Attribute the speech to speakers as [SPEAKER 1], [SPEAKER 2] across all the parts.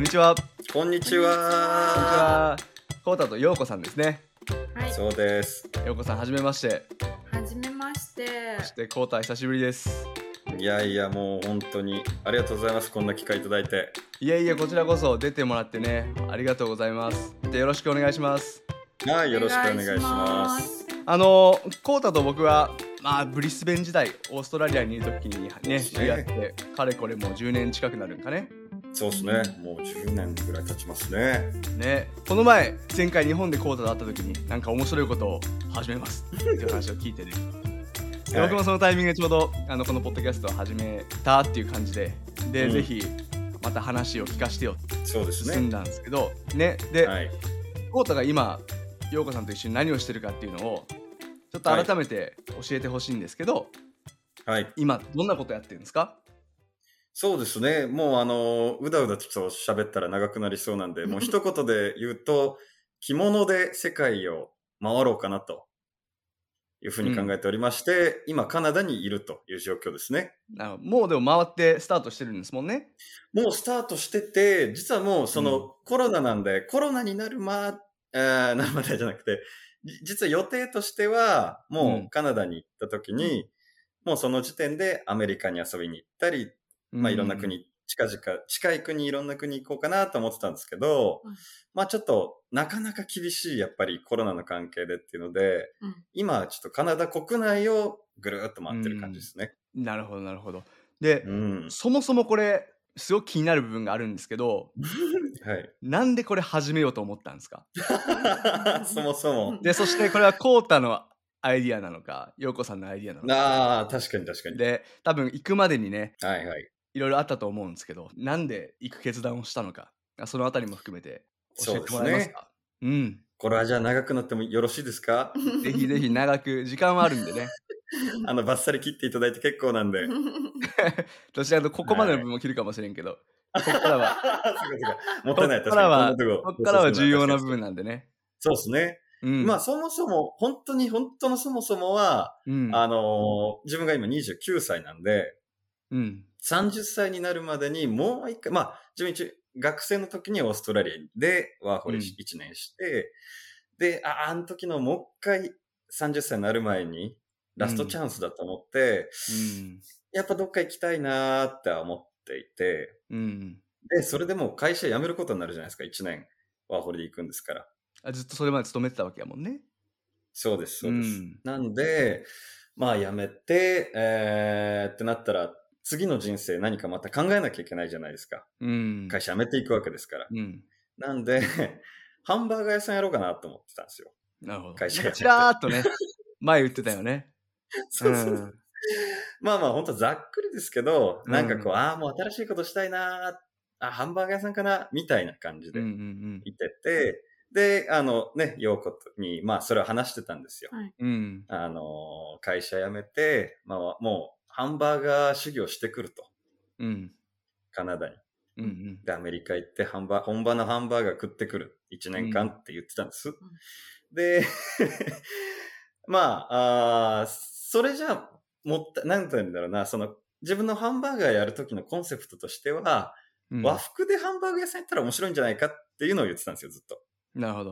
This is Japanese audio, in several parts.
[SPEAKER 1] にちは。こんに
[SPEAKER 2] こんにち
[SPEAKER 1] ち
[SPEAKER 2] は。
[SPEAKER 1] は。コータとヨウコさんですね。
[SPEAKER 3] はい、
[SPEAKER 2] そうです。
[SPEAKER 1] ヨウコさん、はじめまして。
[SPEAKER 3] はじめまして。
[SPEAKER 1] そしてコータ、久しぶりです。
[SPEAKER 2] いやいや、もう本当にありがとうございます。こんな機会いただいて。
[SPEAKER 1] いやいや、こちらこそ出てもらってね、ありがとうございます。で、よろしくお願いします。
[SPEAKER 2] はい、よろしくお願いし
[SPEAKER 3] お願
[SPEAKER 2] ま。
[SPEAKER 3] いしますす。
[SPEAKER 1] あのー、コータと僕は、まあ、ブリスベン時代、オーストラリアにいる時にね、知り合って、かれこれもう10年近くなるんかね。
[SPEAKER 2] そうですね。もう10年ぐらい経ちますね。
[SPEAKER 1] ね、この前、前回日本でコータと会った時に、なんか面白いことを始めますっていう話を聞いてね。で僕もそのタイミングでちょうどあのこのポッドキャストを始めたっていう感じでで、
[SPEAKER 2] うん
[SPEAKER 1] ぜひまた話を聞かせてよって
[SPEAKER 2] そうです
[SPEAKER 1] 進ん
[SPEAKER 2] ね。
[SPEAKER 1] だんですけどねで、
[SPEAKER 2] はい。
[SPEAKER 1] コータが今陽子さんと一緒に何をしてるかっていうのをちょっと改めて教えてほしいんですけど、
[SPEAKER 2] はい。
[SPEAKER 1] 今どんなことやってるんですか
[SPEAKER 2] そうですね。もうあの、うだうだちょっと喋ったら長くなりそ うなんで、もう一言で言うと、着物で世界を回ろうかなというふうに考えておりまして、今カナダにいるという状況ですね。
[SPEAKER 1] あのもうでも回ってスタートしてるんですもんね。
[SPEAKER 2] もうスタートしてて、実はもうその、
[SPEAKER 1] うん
[SPEAKER 2] コロナなんで、コロナになるま、あーなるまでじゃなくて、じ実は予定としては、
[SPEAKER 1] う
[SPEAKER 2] も
[SPEAKER 1] ん
[SPEAKER 2] うカナダに行った時に、もうその時点でアメリカに遊びに行ったり、まあいろんな国、近々、近い国いろんな国行こうかなと思ってたんですけど
[SPEAKER 3] うん、
[SPEAKER 2] まあちょっとなかなか厳しい、やっぱりコロナの関係でっていうので
[SPEAKER 3] うん、
[SPEAKER 2] 今ちょっとカナダ国内をぐるーっと回ってる感じですね。
[SPEAKER 1] なるほどなるほど。で、
[SPEAKER 2] うん。
[SPEAKER 1] そもそもこれすごく気になる部分があるんですけど
[SPEAKER 2] はい。
[SPEAKER 1] なんでこれ始めようと思ったんですか
[SPEAKER 2] そもそも。
[SPEAKER 1] でそしてこれはコータのアイディアなのか陽子さんのアイディアなのか
[SPEAKER 2] ああ、確かに確かに。
[SPEAKER 1] で多分行くまでにね
[SPEAKER 2] はいはい。
[SPEAKER 1] いろいろあったと思うんですけどなんで行く決断をしたのかあそのあたりも含めて教えてもらえますかう
[SPEAKER 2] これはじゃあ長くなってもよろしいで すか
[SPEAKER 1] んぜひぜひ長く時間はあるんで ね
[SPEAKER 2] あの、バッサリ切っていただいて結構なん で。
[SPEAKER 1] どちらかというとここまでの部分も切るかもしれんけど、ここからは
[SPEAKER 2] そうかそうかも
[SPEAKER 1] こ
[SPEAKER 2] った
[SPEAKER 1] こ
[SPEAKER 2] いない、確
[SPEAKER 1] から
[SPEAKER 2] か
[SPEAKER 1] は
[SPEAKER 2] に。んなと
[SPEAKER 1] ここからは重要な部。
[SPEAKER 2] そうそう
[SPEAKER 1] 分なんでね
[SPEAKER 2] そうですね。
[SPEAKER 1] うん
[SPEAKER 2] まあ、そもそも、本当に、本当のそもそもは、
[SPEAKER 1] うん
[SPEAKER 2] あのー自分が今29歳なんで、
[SPEAKER 1] うん
[SPEAKER 2] 30歳になるまでにもう一回、まあ、自分一学生の時にオーストラリアでワーホリ
[SPEAKER 1] うん
[SPEAKER 2] 1年して、で、あ、あの時のもう一回30歳になる前に、ラストチャンスだと思って、やっぱどっか行きたいなーって思っていて、
[SPEAKER 1] うん、うん、
[SPEAKER 2] で、それでもう会社辞めることになるじゃないですか、1年ワーホリで行くんですから。
[SPEAKER 1] あずっとそれまで勤めてたわけやもんね
[SPEAKER 2] そうです、そうです。
[SPEAKER 1] うん
[SPEAKER 2] なんで、まあ辞めて、えーってなったら、次の人生何かまた考えなきゃいけないじゃないですか。
[SPEAKER 1] うん
[SPEAKER 2] 会社辞めていくわけですから。
[SPEAKER 1] うん
[SPEAKER 2] なんで、 ハンバーガー屋さんやろうかなと思ってたんですよ。
[SPEAKER 1] なるほど
[SPEAKER 2] 会社
[SPEAKER 1] なんかちらーっとね前言ってたよね
[SPEAKER 2] そうそうそうまあまあ、本当ざっくりですけど、なんかこう、
[SPEAKER 1] うん
[SPEAKER 2] ああ、もう新しいことしたいなーあ、ハンバーガー屋さんかなみたいな感じ
[SPEAKER 1] う
[SPEAKER 2] で
[SPEAKER 1] んうん
[SPEAKER 2] いてて、で、あのね、陽子とに、まあ、それを話してたんですよ。
[SPEAKER 1] うんうん
[SPEAKER 2] あのー、会社辞めて、まあ、もう、ハンバーガー修行してくると。
[SPEAKER 1] うん
[SPEAKER 2] カナダに。
[SPEAKER 1] うんうん
[SPEAKER 2] で、アメリカ行って、ハンバー、本場のハンバーガー食ってくる。1年間って言ってたんです。で、 まあ、あーそれじゃあ、もった、なんて言うんだろうな、その、自分のハンバーガーやる時のコンセプトとしては、
[SPEAKER 1] うん
[SPEAKER 2] 和服でハンバーガー屋さんやったら面白いんじゃないかっていうのを言ってたんですよ、ずっと。
[SPEAKER 1] なるほど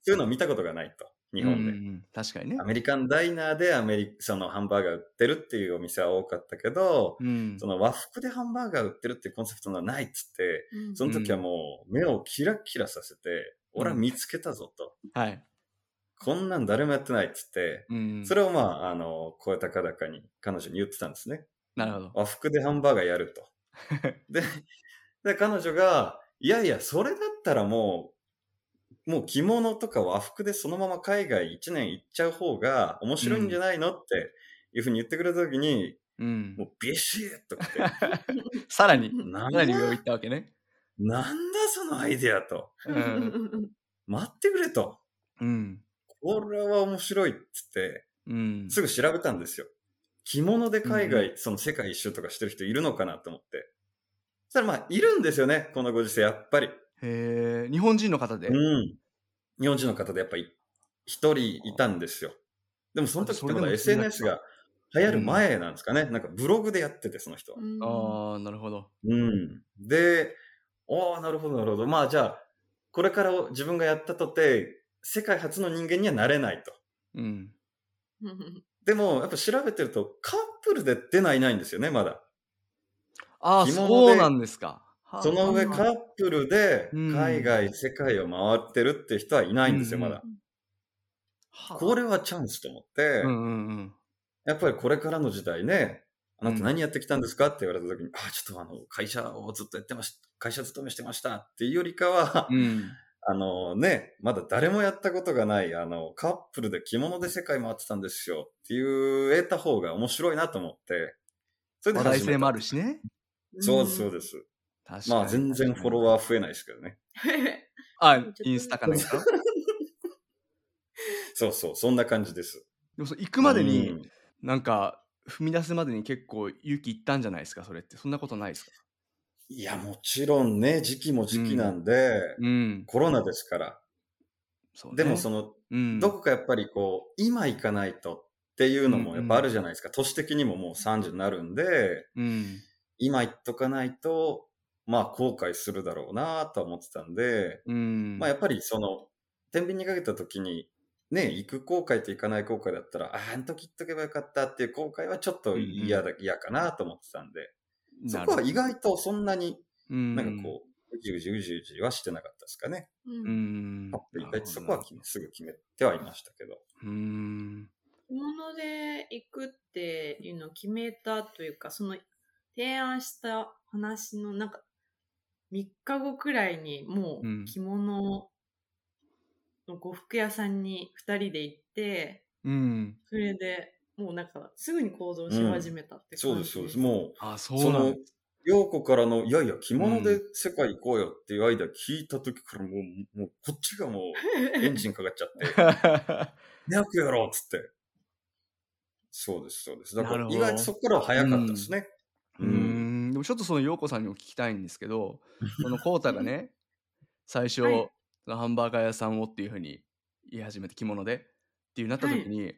[SPEAKER 2] そういうのを見たことがないと。日本
[SPEAKER 1] う
[SPEAKER 2] で。
[SPEAKER 1] んうんうん確かにね
[SPEAKER 2] アメリカンダイナーでアメリそのハンバーガー売ってるっていうお店は多かったけど、
[SPEAKER 1] うん
[SPEAKER 2] その和服でハンバーガー売ってるっていうコンセプトのはないっつって、
[SPEAKER 3] うん
[SPEAKER 2] その時はもう目をキラキラさせて、
[SPEAKER 1] うん
[SPEAKER 2] 俺は見つけたぞと。
[SPEAKER 1] はい
[SPEAKER 2] こんなん誰もやってないっつって、
[SPEAKER 1] うん
[SPEAKER 2] それをまあ、あの、声高々に彼女に言ってたんですね。
[SPEAKER 1] なるほど
[SPEAKER 2] 和服でハンバーガーやる と。で、で彼女が、いやいや、それだったらもう、もう着物とか和服でそのまま海外1年行っちゃう方が面白いんじゃないのっていうふうに言ってくれた時に、
[SPEAKER 1] うん
[SPEAKER 2] もうビシッ と来て、
[SPEAKER 1] さら に
[SPEAKER 2] な
[SPEAKER 1] さ
[SPEAKER 2] ん
[SPEAKER 1] ら
[SPEAKER 2] だ
[SPEAKER 1] に上を行ったわけね
[SPEAKER 2] なんだそのアイデアと。
[SPEAKER 1] うん
[SPEAKER 2] 待ってくれと。
[SPEAKER 1] うん
[SPEAKER 2] これは面白いっつって、
[SPEAKER 1] うん
[SPEAKER 2] すぐ調べたんですよ。着物で海外、その世界一周とかしてる人いるのかなと思って。そしたらまあ、いるんですよね、このご時世、やっぱり。
[SPEAKER 1] へえ日本人の方で
[SPEAKER 2] うん。日本人の方でやっぱり一人いたんですよ。でもその時ってま
[SPEAKER 1] それで
[SPEAKER 2] だ
[SPEAKER 1] も
[SPEAKER 2] SNS が流行る前なんですかね。なんかブログでやってて、その人は。
[SPEAKER 1] ああなるほど
[SPEAKER 2] うん。で、おーなるほど、なるほど。まあじゃあ、これから自分がやったとて、世界初の人間にはなれないと。
[SPEAKER 1] うん。
[SPEAKER 2] でも、やっぱ調べてると、カップルで出ないないんですよね、まだ。
[SPEAKER 1] ああ、
[SPEAKER 2] 着物
[SPEAKER 1] そ
[SPEAKER 2] で
[SPEAKER 1] うなんですか。はあ
[SPEAKER 2] その上、
[SPEAKER 1] はあ
[SPEAKER 2] カップルで
[SPEAKER 1] うん
[SPEAKER 2] 海外、世界を回ってるって人はいないんですよ、
[SPEAKER 1] うん
[SPEAKER 2] ま
[SPEAKER 1] うん
[SPEAKER 2] だ。
[SPEAKER 1] はあ
[SPEAKER 2] これはチャンスと思って
[SPEAKER 1] う、んうんうん。
[SPEAKER 2] やっぱりこれからの時代ね、あなた何やってきたんですかって言われた時に、あ、ちょっとあの、会社をずっとやってました、会社勤めしてましたっていうよりかは、
[SPEAKER 1] うん。
[SPEAKER 2] あのね、まだ誰もやったことがない、あの、カップルで着物で世界回ってたんですよっていう、得た方が面白いなと思って、それで
[SPEAKER 1] 話
[SPEAKER 2] 始めた
[SPEAKER 1] 題性もあるしね。
[SPEAKER 2] そうです、そうです。
[SPEAKER 1] 確かに。
[SPEAKER 2] まあ全然フォロワー増えないですけどね。
[SPEAKER 1] あ、インスタかなんか。
[SPEAKER 2] そうそう、そんな感じです。
[SPEAKER 1] でもその行くまでに、
[SPEAKER 2] うん
[SPEAKER 1] なんか踏み出すまでに結構勇気いったんじゃないですかそれってそんなことないですか
[SPEAKER 2] いや、もちろんね、時期も時期なんで、
[SPEAKER 1] うん
[SPEAKER 2] コロナですから。
[SPEAKER 1] そうね、
[SPEAKER 2] でもその、
[SPEAKER 1] うん
[SPEAKER 2] どこかやっぱりこう、今行かないとっていうのもやっぱあるじゃないですか。都市的にももう30になるんで、
[SPEAKER 1] うん
[SPEAKER 2] 今行っとかないと、まあ後悔するだろうなとは思ってたんで、
[SPEAKER 1] うん
[SPEAKER 2] まあやっぱりその、天秤にかけた時に、ね、行く後悔と行かない後悔だったら、ああ、あの時行っとけばよかったっていう後悔はちょっと嫌だ、嫌かなと思ってたんで、そこは意外とそんなに
[SPEAKER 1] な
[SPEAKER 2] なんかこう、うじうじうじうじはしてなかったですかね。
[SPEAKER 1] うん、うん
[SPEAKER 2] パッと行ったりそこは
[SPEAKER 1] は
[SPEAKER 2] 決めすぐ決めてはいましたけど。
[SPEAKER 1] うん
[SPEAKER 3] 着物で行くっていうのを決めたというか、その提案した話のなんか、3日後くらいにも
[SPEAKER 1] うん
[SPEAKER 3] う着物の呉服屋さんに2人で行って、
[SPEAKER 1] うん
[SPEAKER 3] それでもうなんかすぐに行動し始めたって
[SPEAKER 2] そう
[SPEAKER 3] 感
[SPEAKER 2] で
[SPEAKER 3] じ
[SPEAKER 2] す、そうです。も、
[SPEAKER 1] あそうう
[SPEAKER 2] そ
[SPEAKER 1] なん
[SPEAKER 2] の
[SPEAKER 1] だ、
[SPEAKER 2] 陽子からの、いやいや、着物で世界行こうよっていうアイデア聞いた時からもう、もうこっちがもう、エンジンかかっちゃって、 早くやろうっつって。そうです、そうです。だか
[SPEAKER 1] なる
[SPEAKER 2] ら
[SPEAKER 1] ほど
[SPEAKER 2] 意外とそこからは早かったですね。
[SPEAKER 1] う。んでもちょっとその陽子さんにも聞きたいんですけどそのコウタが ね最初、
[SPEAKER 3] はい
[SPEAKER 1] そのハンバーガー屋さんをっていうふうに言い始めて着物でっていうなった時に、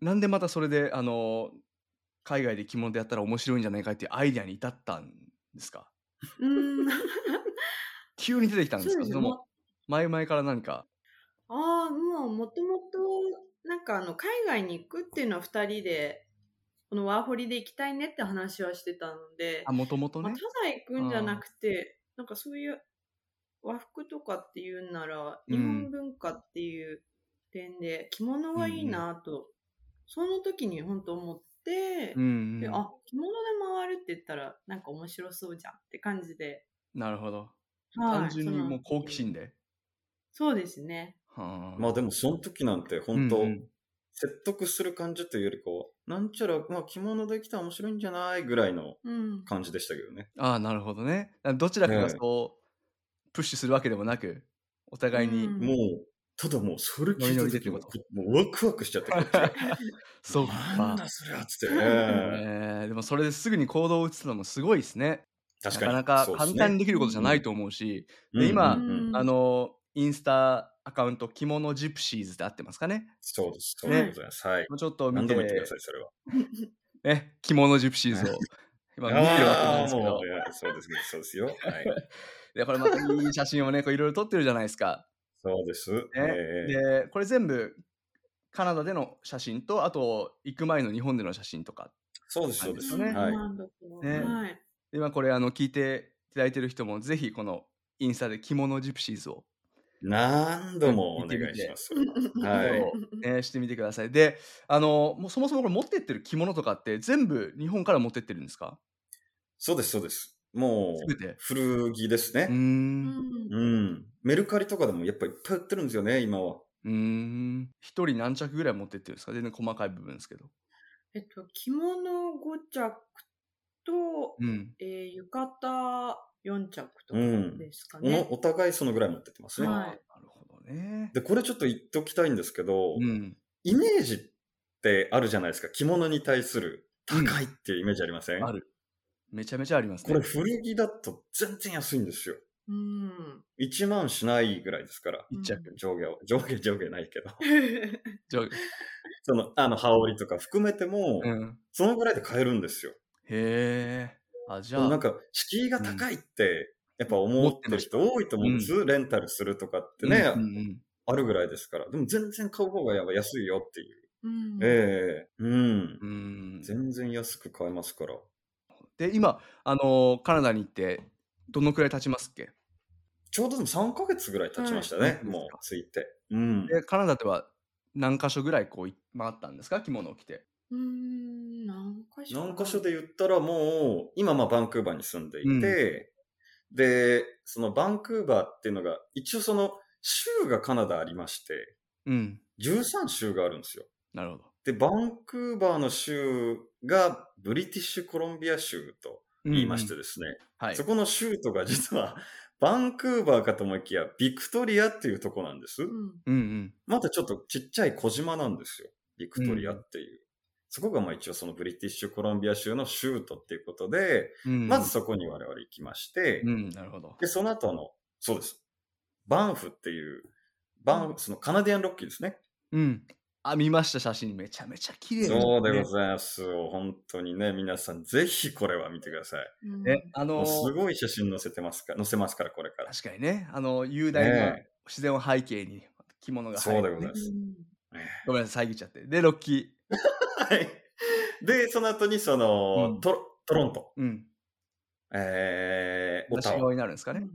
[SPEAKER 1] なんでまたそれであの海外で着物でやったら面白いんじゃないかっていうアイデアに至ったんですか
[SPEAKER 3] うん。
[SPEAKER 1] 急に出てきたんです
[SPEAKER 3] そう
[SPEAKER 1] か
[SPEAKER 3] で
[SPEAKER 1] そ
[SPEAKER 3] す
[SPEAKER 1] れと
[SPEAKER 3] ね
[SPEAKER 1] も。前々から何か
[SPEAKER 3] ああ、もう、もともと、なんかあの、海外に行くっていうのは二人で、このワーホリで行きたいねって話はしてたので、
[SPEAKER 1] あもともと
[SPEAKER 3] まあ
[SPEAKER 1] ね
[SPEAKER 3] ただ行くんじゃなくて、なんかそういう和服とかっていうなら、
[SPEAKER 1] うん
[SPEAKER 3] 日本文化っていう点で、着物がいいなと、その時に本当思って、
[SPEAKER 1] うん、う
[SPEAKER 3] で
[SPEAKER 1] ん、
[SPEAKER 3] あ、着物で回るって言ったら、なんか面白そうじゃんって感じで、
[SPEAKER 1] なるほど
[SPEAKER 3] はい
[SPEAKER 1] 単純にもう好奇。
[SPEAKER 3] そ
[SPEAKER 1] 心
[SPEAKER 3] の
[SPEAKER 1] で、
[SPEAKER 3] そうですね。
[SPEAKER 1] はあ
[SPEAKER 2] まあでも、その時なんて、本当、
[SPEAKER 1] うんうん
[SPEAKER 2] 説得する感じというよりかは、なんちゃら、まあ着物できたら面白いんじゃないぐらいの
[SPEAKER 3] うん。
[SPEAKER 2] 感じでしたけどね。
[SPEAKER 1] ああなるほどねどちらかが
[SPEAKER 2] ね
[SPEAKER 1] そう、プッシュするわけでもなくお互いに、
[SPEAKER 3] うん
[SPEAKER 2] もう、ただもう、それ聞いた
[SPEAKER 1] ノリノリでって
[SPEAKER 2] 時
[SPEAKER 1] こ
[SPEAKER 2] も
[SPEAKER 1] と、
[SPEAKER 2] もうワクワクしちゃって、こっ ちが
[SPEAKER 1] そう
[SPEAKER 2] なん
[SPEAKER 1] か
[SPEAKER 2] だそりゃっつって
[SPEAKER 1] え
[SPEAKER 2] ね。
[SPEAKER 1] ーでもそれですぐに行動を移すのもすごいですね
[SPEAKER 2] 確かに。
[SPEAKER 1] なかな
[SPEAKER 2] そ
[SPEAKER 1] か
[SPEAKER 2] うです
[SPEAKER 1] 簡
[SPEAKER 2] ね
[SPEAKER 1] 単にできることじゃないと思うし
[SPEAKER 2] うん
[SPEAKER 1] で今
[SPEAKER 2] うんうん
[SPEAKER 3] うん
[SPEAKER 1] あのインスタアカウント着物ジプシーズって合ってますかね
[SPEAKER 2] そうです。そうで
[SPEAKER 1] ね
[SPEAKER 2] ございます。はい。
[SPEAKER 1] もうちょっと見
[SPEAKER 2] 何
[SPEAKER 1] て
[SPEAKER 2] 度も言ってください、それは。
[SPEAKER 1] ね着物ジプシー ズを今見てるわけなんですけ
[SPEAKER 2] あーも
[SPEAKER 1] ど
[SPEAKER 2] ういやそうですね、そうですよ。はい。
[SPEAKER 1] でこれまたいい写真をねこういろいろ撮ってるじゃないですか
[SPEAKER 2] そ うです。 えー
[SPEAKER 1] でこれ全部カナダでの写真とあと行く前の日本での写真とか
[SPEAKER 2] そうです、そうです。
[SPEAKER 1] そうね
[SPEAKER 2] はい。
[SPEAKER 1] ね
[SPEAKER 3] はい。
[SPEAKER 1] で今これあの聞いていただいてる人もぜひこのインスタで着物ジプシーズを、
[SPEAKER 2] 何度もお願いします。はい。
[SPEAKER 1] ね、してみてくださいであのもうそもそもこれ持ってってる着物とかって全部日本から持ってってるんです か
[SPEAKER 2] そうです、そうです。も
[SPEAKER 1] す
[SPEAKER 2] う
[SPEAKER 1] べ、て
[SPEAKER 2] 古着です
[SPEAKER 1] うー
[SPEAKER 2] ね。
[SPEAKER 3] うんん
[SPEAKER 2] うん。メルカリとかでもやっぱいっぱい売ってるんですよね、今は。
[SPEAKER 1] うーん一人何着ぐらい持ってってるんですか全然細かい部分ですけど
[SPEAKER 3] えっと、着物5着と、
[SPEAKER 1] うん
[SPEAKER 3] えー浴衣4着と
[SPEAKER 2] う
[SPEAKER 3] か
[SPEAKER 2] ん
[SPEAKER 3] ですか
[SPEAKER 2] お
[SPEAKER 3] ね。
[SPEAKER 2] お互いそのぐらい持ってってますね。
[SPEAKER 3] はい
[SPEAKER 1] なるほどね
[SPEAKER 2] で、これちょっと言っときたいんですけど、
[SPEAKER 1] うん
[SPEAKER 2] イメージってあるじゃないですか。着物に対する
[SPEAKER 1] うん
[SPEAKER 2] 高いっていうイメージありません、
[SPEAKER 1] あるめちゃめちゃあります
[SPEAKER 2] こ
[SPEAKER 1] ね
[SPEAKER 2] れ古着だと全然安いんですよ。
[SPEAKER 3] うん。
[SPEAKER 2] 1万しないぐらいですから。
[SPEAKER 1] 一着
[SPEAKER 2] 上下は、上下上下ないけど。
[SPEAKER 1] じゃあ
[SPEAKER 2] その、あの、羽織とか含めても、
[SPEAKER 1] うん
[SPEAKER 2] そのぐらいで買えるんですよ。
[SPEAKER 1] へえ。あ、じゃあ、
[SPEAKER 2] なんか、敷居が高いって、やっぱ思ってる人多いと思うんです、レンタルするとかってね、
[SPEAKER 1] うんうんうん
[SPEAKER 2] あるぐらいですから。でも全然買う方がやっぱ安いよっていう。
[SPEAKER 3] うん
[SPEAKER 2] ええうん
[SPEAKER 1] う。ん
[SPEAKER 2] 全然安く買えますから。
[SPEAKER 1] で今あのカナダに行ってどのくらい経ちますっけ
[SPEAKER 2] ちょうどでも3ヶ月ぐらい経ちましたね、
[SPEAKER 1] うん
[SPEAKER 2] もうついて。うん。
[SPEAKER 1] でカナダでは何箇所ぐらいこうい回ったんですか着物を着て。
[SPEAKER 3] うーん、何箇所かな
[SPEAKER 2] 何箇所で言ったらもう、今まあバンクーバーに住んでいて、で、そのバンクーバーっていうのが、一応その州がカナダありまして、
[SPEAKER 1] うん、
[SPEAKER 2] 13州があるんですよ。
[SPEAKER 1] なるほど。
[SPEAKER 2] で、バンクーバーの州がブリティッシュコロンビア州と言いまして
[SPEAKER 1] うん
[SPEAKER 2] ですね、
[SPEAKER 1] はい
[SPEAKER 2] そ。この州都が実は、 バンクーバーかと思いきや、ビクトリアっていうとこなんです。
[SPEAKER 3] うん
[SPEAKER 1] うんうん
[SPEAKER 2] またちょっとちっちゃい小島なんですよ。ビクトリアっていう。そこがまあ一応そのブリティッシュコロンビア州の州都っていうことで、
[SPEAKER 1] うん、
[SPEAKER 2] まずそこに我々行きまして、
[SPEAKER 1] うん、なるほど。
[SPEAKER 2] で、その後あの、そうです。バンフっていう、バンフ、そのカナディアンロッキーですね。
[SPEAKER 1] うん。あ、見ました、写真。めちゃめちゃ綺麗な
[SPEAKER 2] そうで
[SPEAKER 1] ね
[SPEAKER 2] ございます。本当にね、皆さんぜひこれは見てください。
[SPEAKER 3] うん
[SPEAKER 1] ね、あ
[SPEAKER 2] も
[SPEAKER 1] の
[SPEAKER 2] うすごい写真載せてますから、載せますから、これから。
[SPEAKER 1] 確かにね、あの、雄大な
[SPEAKER 2] ね
[SPEAKER 1] 自然を背景に着物が
[SPEAKER 2] そう
[SPEAKER 1] 入
[SPEAKER 2] で
[SPEAKER 1] る、
[SPEAKER 2] ございま
[SPEAKER 3] う
[SPEAKER 2] す。
[SPEAKER 3] ん
[SPEAKER 1] ごめんなさい、遮っちゃって。で、ロッキ
[SPEAKER 2] はい。で、その後に、その、
[SPEAKER 1] うん
[SPEAKER 2] トロトロント、
[SPEAKER 1] ー、うん。
[SPEAKER 2] えー、オ
[SPEAKER 1] 西
[SPEAKER 2] タワ。
[SPEAKER 1] 側になるんですかね。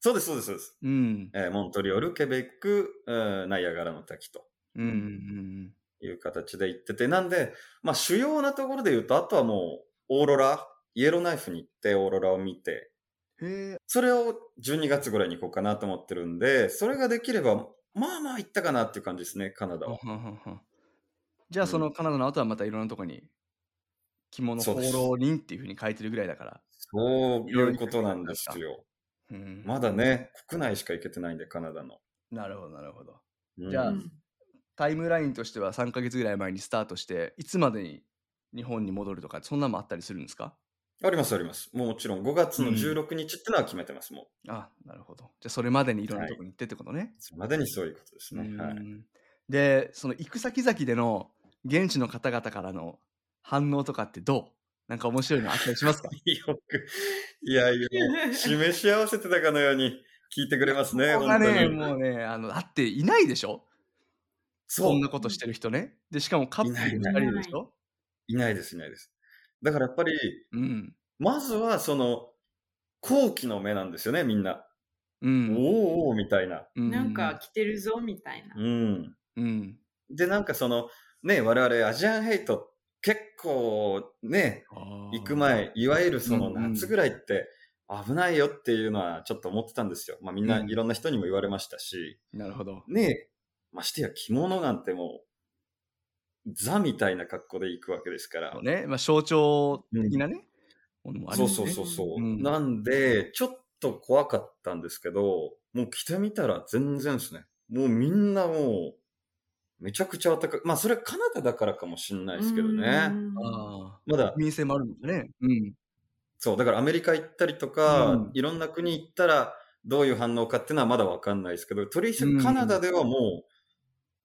[SPEAKER 2] そうです、そうです、そうです。
[SPEAKER 1] うん。
[SPEAKER 2] えーモントリオール、ケベック、うんナイアガラの滝と
[SPEAKER 1] うんうんうん
[SPEAKER 2] いう形で行ってて、なんで、まあ主要なところで言うと、あとはもう、オーロラ、イエローナイフに行って、オーロラを見て、
[SPEAKER 1] うん。へえ。
[SPEAKER 2] それを12月ぐらいに行こうかなと思ってるんで、それができれば、まあまあ行ったかなっていう感じですね、カナダ
[SPEAKER 1] は
[SPEAKER 2] は。
[SPEAKER 1] はははじゃあ、そのカナダの後はまたいろんなとこに着物
[SPEAKER 2] そ
[SPEAKER 1] 放
[SPEAKER 2] うです
[SPEAKER 1] 浪人っていうふうに書いてるぐらいだから。
[SPEAKER 2] そういうことなんですよ。
[SPEAKER 1] うん、
[SPEAKER 2] まだね、国内しか行けてないんで、カナダの。
[SPEAKER 1] なるほど、なるほど。
[SPEAKER 2] うん
[SPEAKER 1] じゃあ
[SPEAKER 3] うん
[SPEAKER 1] タイムラインとしては3ヶ月ぐらい前にスタートして、いつまでに日本に戻るとか、そんなのもあったりするんですか
[SPEAKER 2] ありますあります。もうもちろん5月の16日ってのは決めてます、もう。
[SPEAKER 1] あ、なるほど。じゃあ、それまでにいろんなとこに行ってってことね。
[SPEAKER 2] それまでにそういうことですね。は
[SPEAKER 1] う
[SPEAKER 2] い。
[SPEAKER 1] んで、その行く先々での現地の方々からの反応とかってどうなんか面白いのあったりし ますか
[SPEAKER 2] よく、いやい や、示し合わせてたかのように聞いてくれますね、
[SPEAKER 1] ここが
[SPEAKER 2] 本当
[SPEAKER 1] ね、
[SPEAKER 2] に。
[SPEAKER 1] もうね、あの、だっていないでしょそ
[SPEAKER 2] そ
[SPEAKER 1] ん
[SPEAKER 2] う
[SPEAKER 1] な。ことしてる人ね。で、しかもカップル
[SPEAKER 2] い
[SPEAKER 1] 2
[SPEAKER 2] ない
[SPEAKER 3] いない
[SPEAKER 1] 人でしょ
[SPEAKER 2] いないです、いないです。だからやっぱり、
[SPEAKER 1] うん。
[SPEAKER 2] まずはその、好奇の目なんですよね、みんな。
[SPEAKER 1] うん。
[SPEAKER 2] おーおーみたいな。
[SPEAKER 1] う
[SPEAKER 3] なんか、来てるぞみたいな。
[SPEAKER 2] うん。
[SPEAKER 1] うん。
[SPEAKER 2] で、なんかその、ね、我々アジアンヘイト、結構、ね、行く前、いわゆるその
[SPEAKER 1] うんうん
[SPEAKER 2] 夏ぐらいって危ないよっていうのはちょっと思ってたんですよ。まあみんな
[SPEAKER 1] うん
[SPEAKER 2] いろんな人にも言われましたし、
[SPEAKER 1] なるほど。
[SPEAKER 2] ねえ、ましてや着物なんてもう、ザみたいな格好で行くわけですから。
[SPEAKER 1] ね、まあ、象徴的なね、ものもある
[SPEAKER 2] そ
[SPEAKER 1] よ
[SPEAKER 2] う
[SPEAKER 1] ね
[SPEAKER 2] そうそうそう。
[SPEAKER 1] うん
[SPEAKER 2] なんで、ちょっと怖かったんですけど、もう着てみたら全然ですね。もうみんなもう、めちゃくちゃ暖かい。まあそれはカナダだからかもしれないですけど
[SPEAKER 3] う
[SPEAKER 2] ね。
[SPEAKER 3] ん
[SPEAKER 1] ああ。
[SPEAKER 2] まだ
[SPEAKER 1] 国民性もあるのかね。うん。
[SPEAKER 2] そう、だからアメリカ行ったりとか、
[SPEAKER 1] うん
[SPEAKER 2] いろんな国行ったら、どういう反応かっていうのはまだわかんないですけど、とりあえ
[SPEAKER 1] うん
[SPEAKER 2] ずカナダではも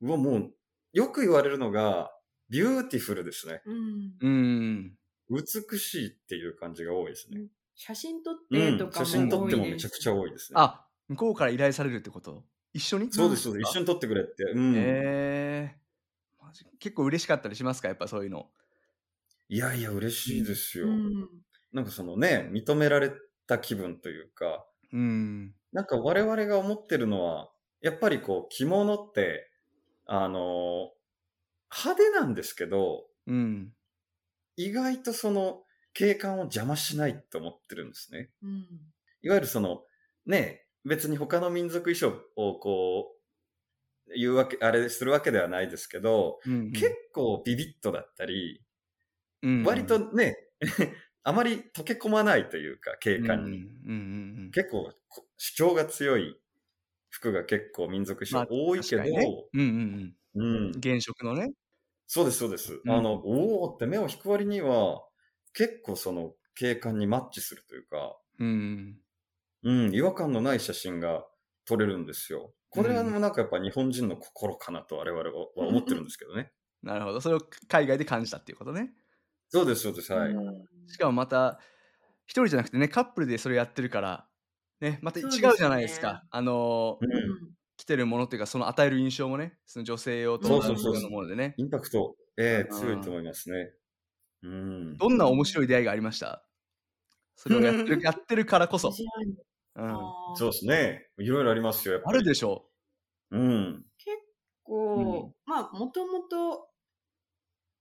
[SPEAKER 2] う、うわ、もう、よく言われるのが、ビューティフルですね。
[SPEAKER 3] うん
[SPEAKER 1] うん。
[SPEAKER 2] 美しいっていう感じが多いですね。
[SPEAKER 3] 写真撮っ
[SPEAKER 2] う
[SPEAKER 3] て
[SPEAKER 2] ん
[SPEAKER 3] とか
[SPEAKER 2] 写真撮っても
[SPEAKER 3] 多い
[SPEAKER 2] め
[SPEAKER 3] で
[SPEAKER 2] ち
[SPEAKER 3] す
[SPEAKER 2] ゃくちゃ多いですね。
[SPEAKER 1] あ、向こうから依頼されるってこと一緒に
[SPEAKER 2] そうです、そうです。一緒に撮ってくれって。うん。
[SPEAKER 1] へえマジ結構嬉しかったりしますかやっぱそういうの。
[SPEAKER 2] いやいや、嬉しいですよ。
[SPEAKER 3] うん
[SPEAKER 2] なんかそのね、認められた気分というか、
[SPEAKER 1] うん。
[SPEAKER 2] なんか我々が思ってるのは、やっぱりこう着物って、あのー派手なんですけど、
[SPEAKER 1] うん。
[SPEAKER 2] 意外とその景観を邪魔しないと思ってるんですね。
[SPEAKER 3] うん
[SPEAKER 2] いわゆるその、ね、別に他の民族衣装をこう、言うわけ、あれするわけではないですけど、
[SPEAKER 1] うん
[SPEAKER 2] 結構ビビッとだったり、
[SPEAKER 1] うん
[SPEAKER 2] 割とね、 あまり溶け込まないというか、景観に。
[SPEAKER 1] うんうんうんうん
[SPEAKER 2] 結構こ主張が強い服が結構民族衣
[SPEAKER 1] まあ
[SPEAKER 2] 装多いけど、
[SPEAKER 1] 確かにねうんうん
[SPEAKER 2] うん
[SPEAKER 1] うん。、現職のね。
[SPEAKER 2] そうですそうです、
[SPEAKER 1] うん
[SPEAKER 2] あのおおって目を引く割には結構その景観にマッチするというか、
[SPEAKER 1] うん。
[SPEAKER 2] うん、違和感のない写真が撮れるんですよこれは
[SPEAKER 1] うん
[SPEAKER 2] もうなんかやっぱ日本人の心かなと我々はは思ってるんですけどね
[SPEAKER 1] なるほど。それを海外で感じたっていうことね。
[SPEAKER 2] そうですそうですはい、
[SPEAKER 3] う
[SPEAKER 1] しかもまた、一人じゃなくてね、カップルでそれやってるから、ね、また違
[SPEAKER 3] そううです
[SPEAKER 1] じ
[SPEAKER 3] ね
[SPEAKER 1] ゃないですか。あのー、
[SPEAKER 2] うん
[SPEAKER 1] 来てるものっていうか、その与える印象もね、その女性用と
[SPEAKER 3] そう
[SPEAKER 1] 男
[SPEAKER 3] そう
[SPEAKER 1] 性
[SPEAKER 3] そ
[SPEAKER 1] 用
[SPEAKER 3] う
[SPEAKER 1] のものでね。
[SPEAKER 2] インパクト、ええ
[SPEAKER 1] うん
[SPEAKER 2] 強いと思いますね。うん。
[SPEAKER 1] どんな面白い出会いがありましたそれをやって
[SPEAKER 3] う
[SPEAKER 1] る
[SPEAKER 3] ん
[SPEAKER 1] やってるからこそ
[SPEAKER 3] 面。白い
[SPEAKER 1] うん、
[SPEAKER 3] な
[SPEAKER 1] あ
[SPEAKER 2] そうですね。いろいろありますよ、やっぱり。
[SPEAKER 1] るでしょ
[SPEAKER 2] うん。
[SPEAKER 3] 結構、まあもともと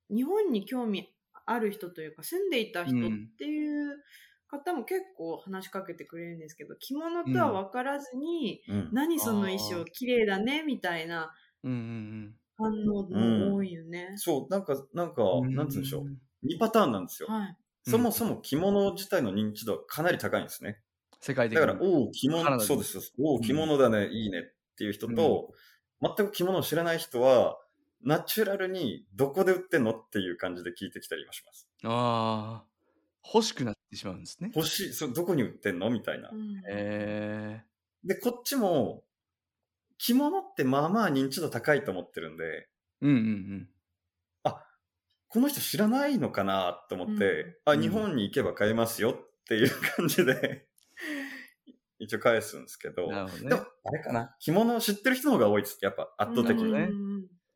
[SPEAKER 3] 日本に興味ある人というか住んでいた人っていう方も結構話しかけてくれるんですけど着物とは分からずに、
[SPEAKER 2] うん。
[SPEAKER 3] 何その衣装綺麗だねみたいな
[SPEAKER 1] う。うんうん
[SPEAKER 3] 反応も多いよね。
[SPEAKER 2] そう、なんか、なんか、
[SPEAKER 1] うん。
[SPEAKER 2] なんつうんでしょう。2パターンなんですよ。
[SPEAKER 3] はい、
[SPEAKER 2] そもそも着物自体の認知度はかなり高いんですね。
[SPEAKER 1] 世界的
[SPEAKER 2] だ
[SPEAKER 1] に。
[SPEAKER 2] から、おお、着
[SPEAKER 1] カナダ
[SPEAKER 2] 物、
[SPEAKER 1] で
[SPEAKER 2] そうです。おお、着物だね、いいねっていう人と、全く着物を知らない人は、ナチュラルにどこで売ってんのっていう感じで聞いてきたりもします。
[SPEAKER 1] ああ。欲しくなってしまうんですね。
[SPEAKER 2] 欲しい、そどこに売ってんのみたいな
[SPEAKER 3] う。ん
[SPEAKER 1] えー。
[SPEAKER 2] で、こっちも、着物ってまあまあ認知度高いと思ってるんで、
[SPEAKER 1] うんうんうん。
[SPEAKER 2] この人知らないのかなと思って、
[SPEAKER 1] う
[SPEAKER 2] あ、
[SPEAKER 1] ん
[SPEAKER 2] 日本に行けば買えますよっていう感じで、一応返すんですけど、
[SPEAKER 1] なるほ
[SPEAKER 2] で
[SPEAKER 1] どね
[SPEAKER 2] も。、あれかな着物を知ってる人の方が多いです。やっぱ、圧倒的
[SPEAKER 1] なるほ
[SPEAKER 2] に。
[SPEAKER 1] どね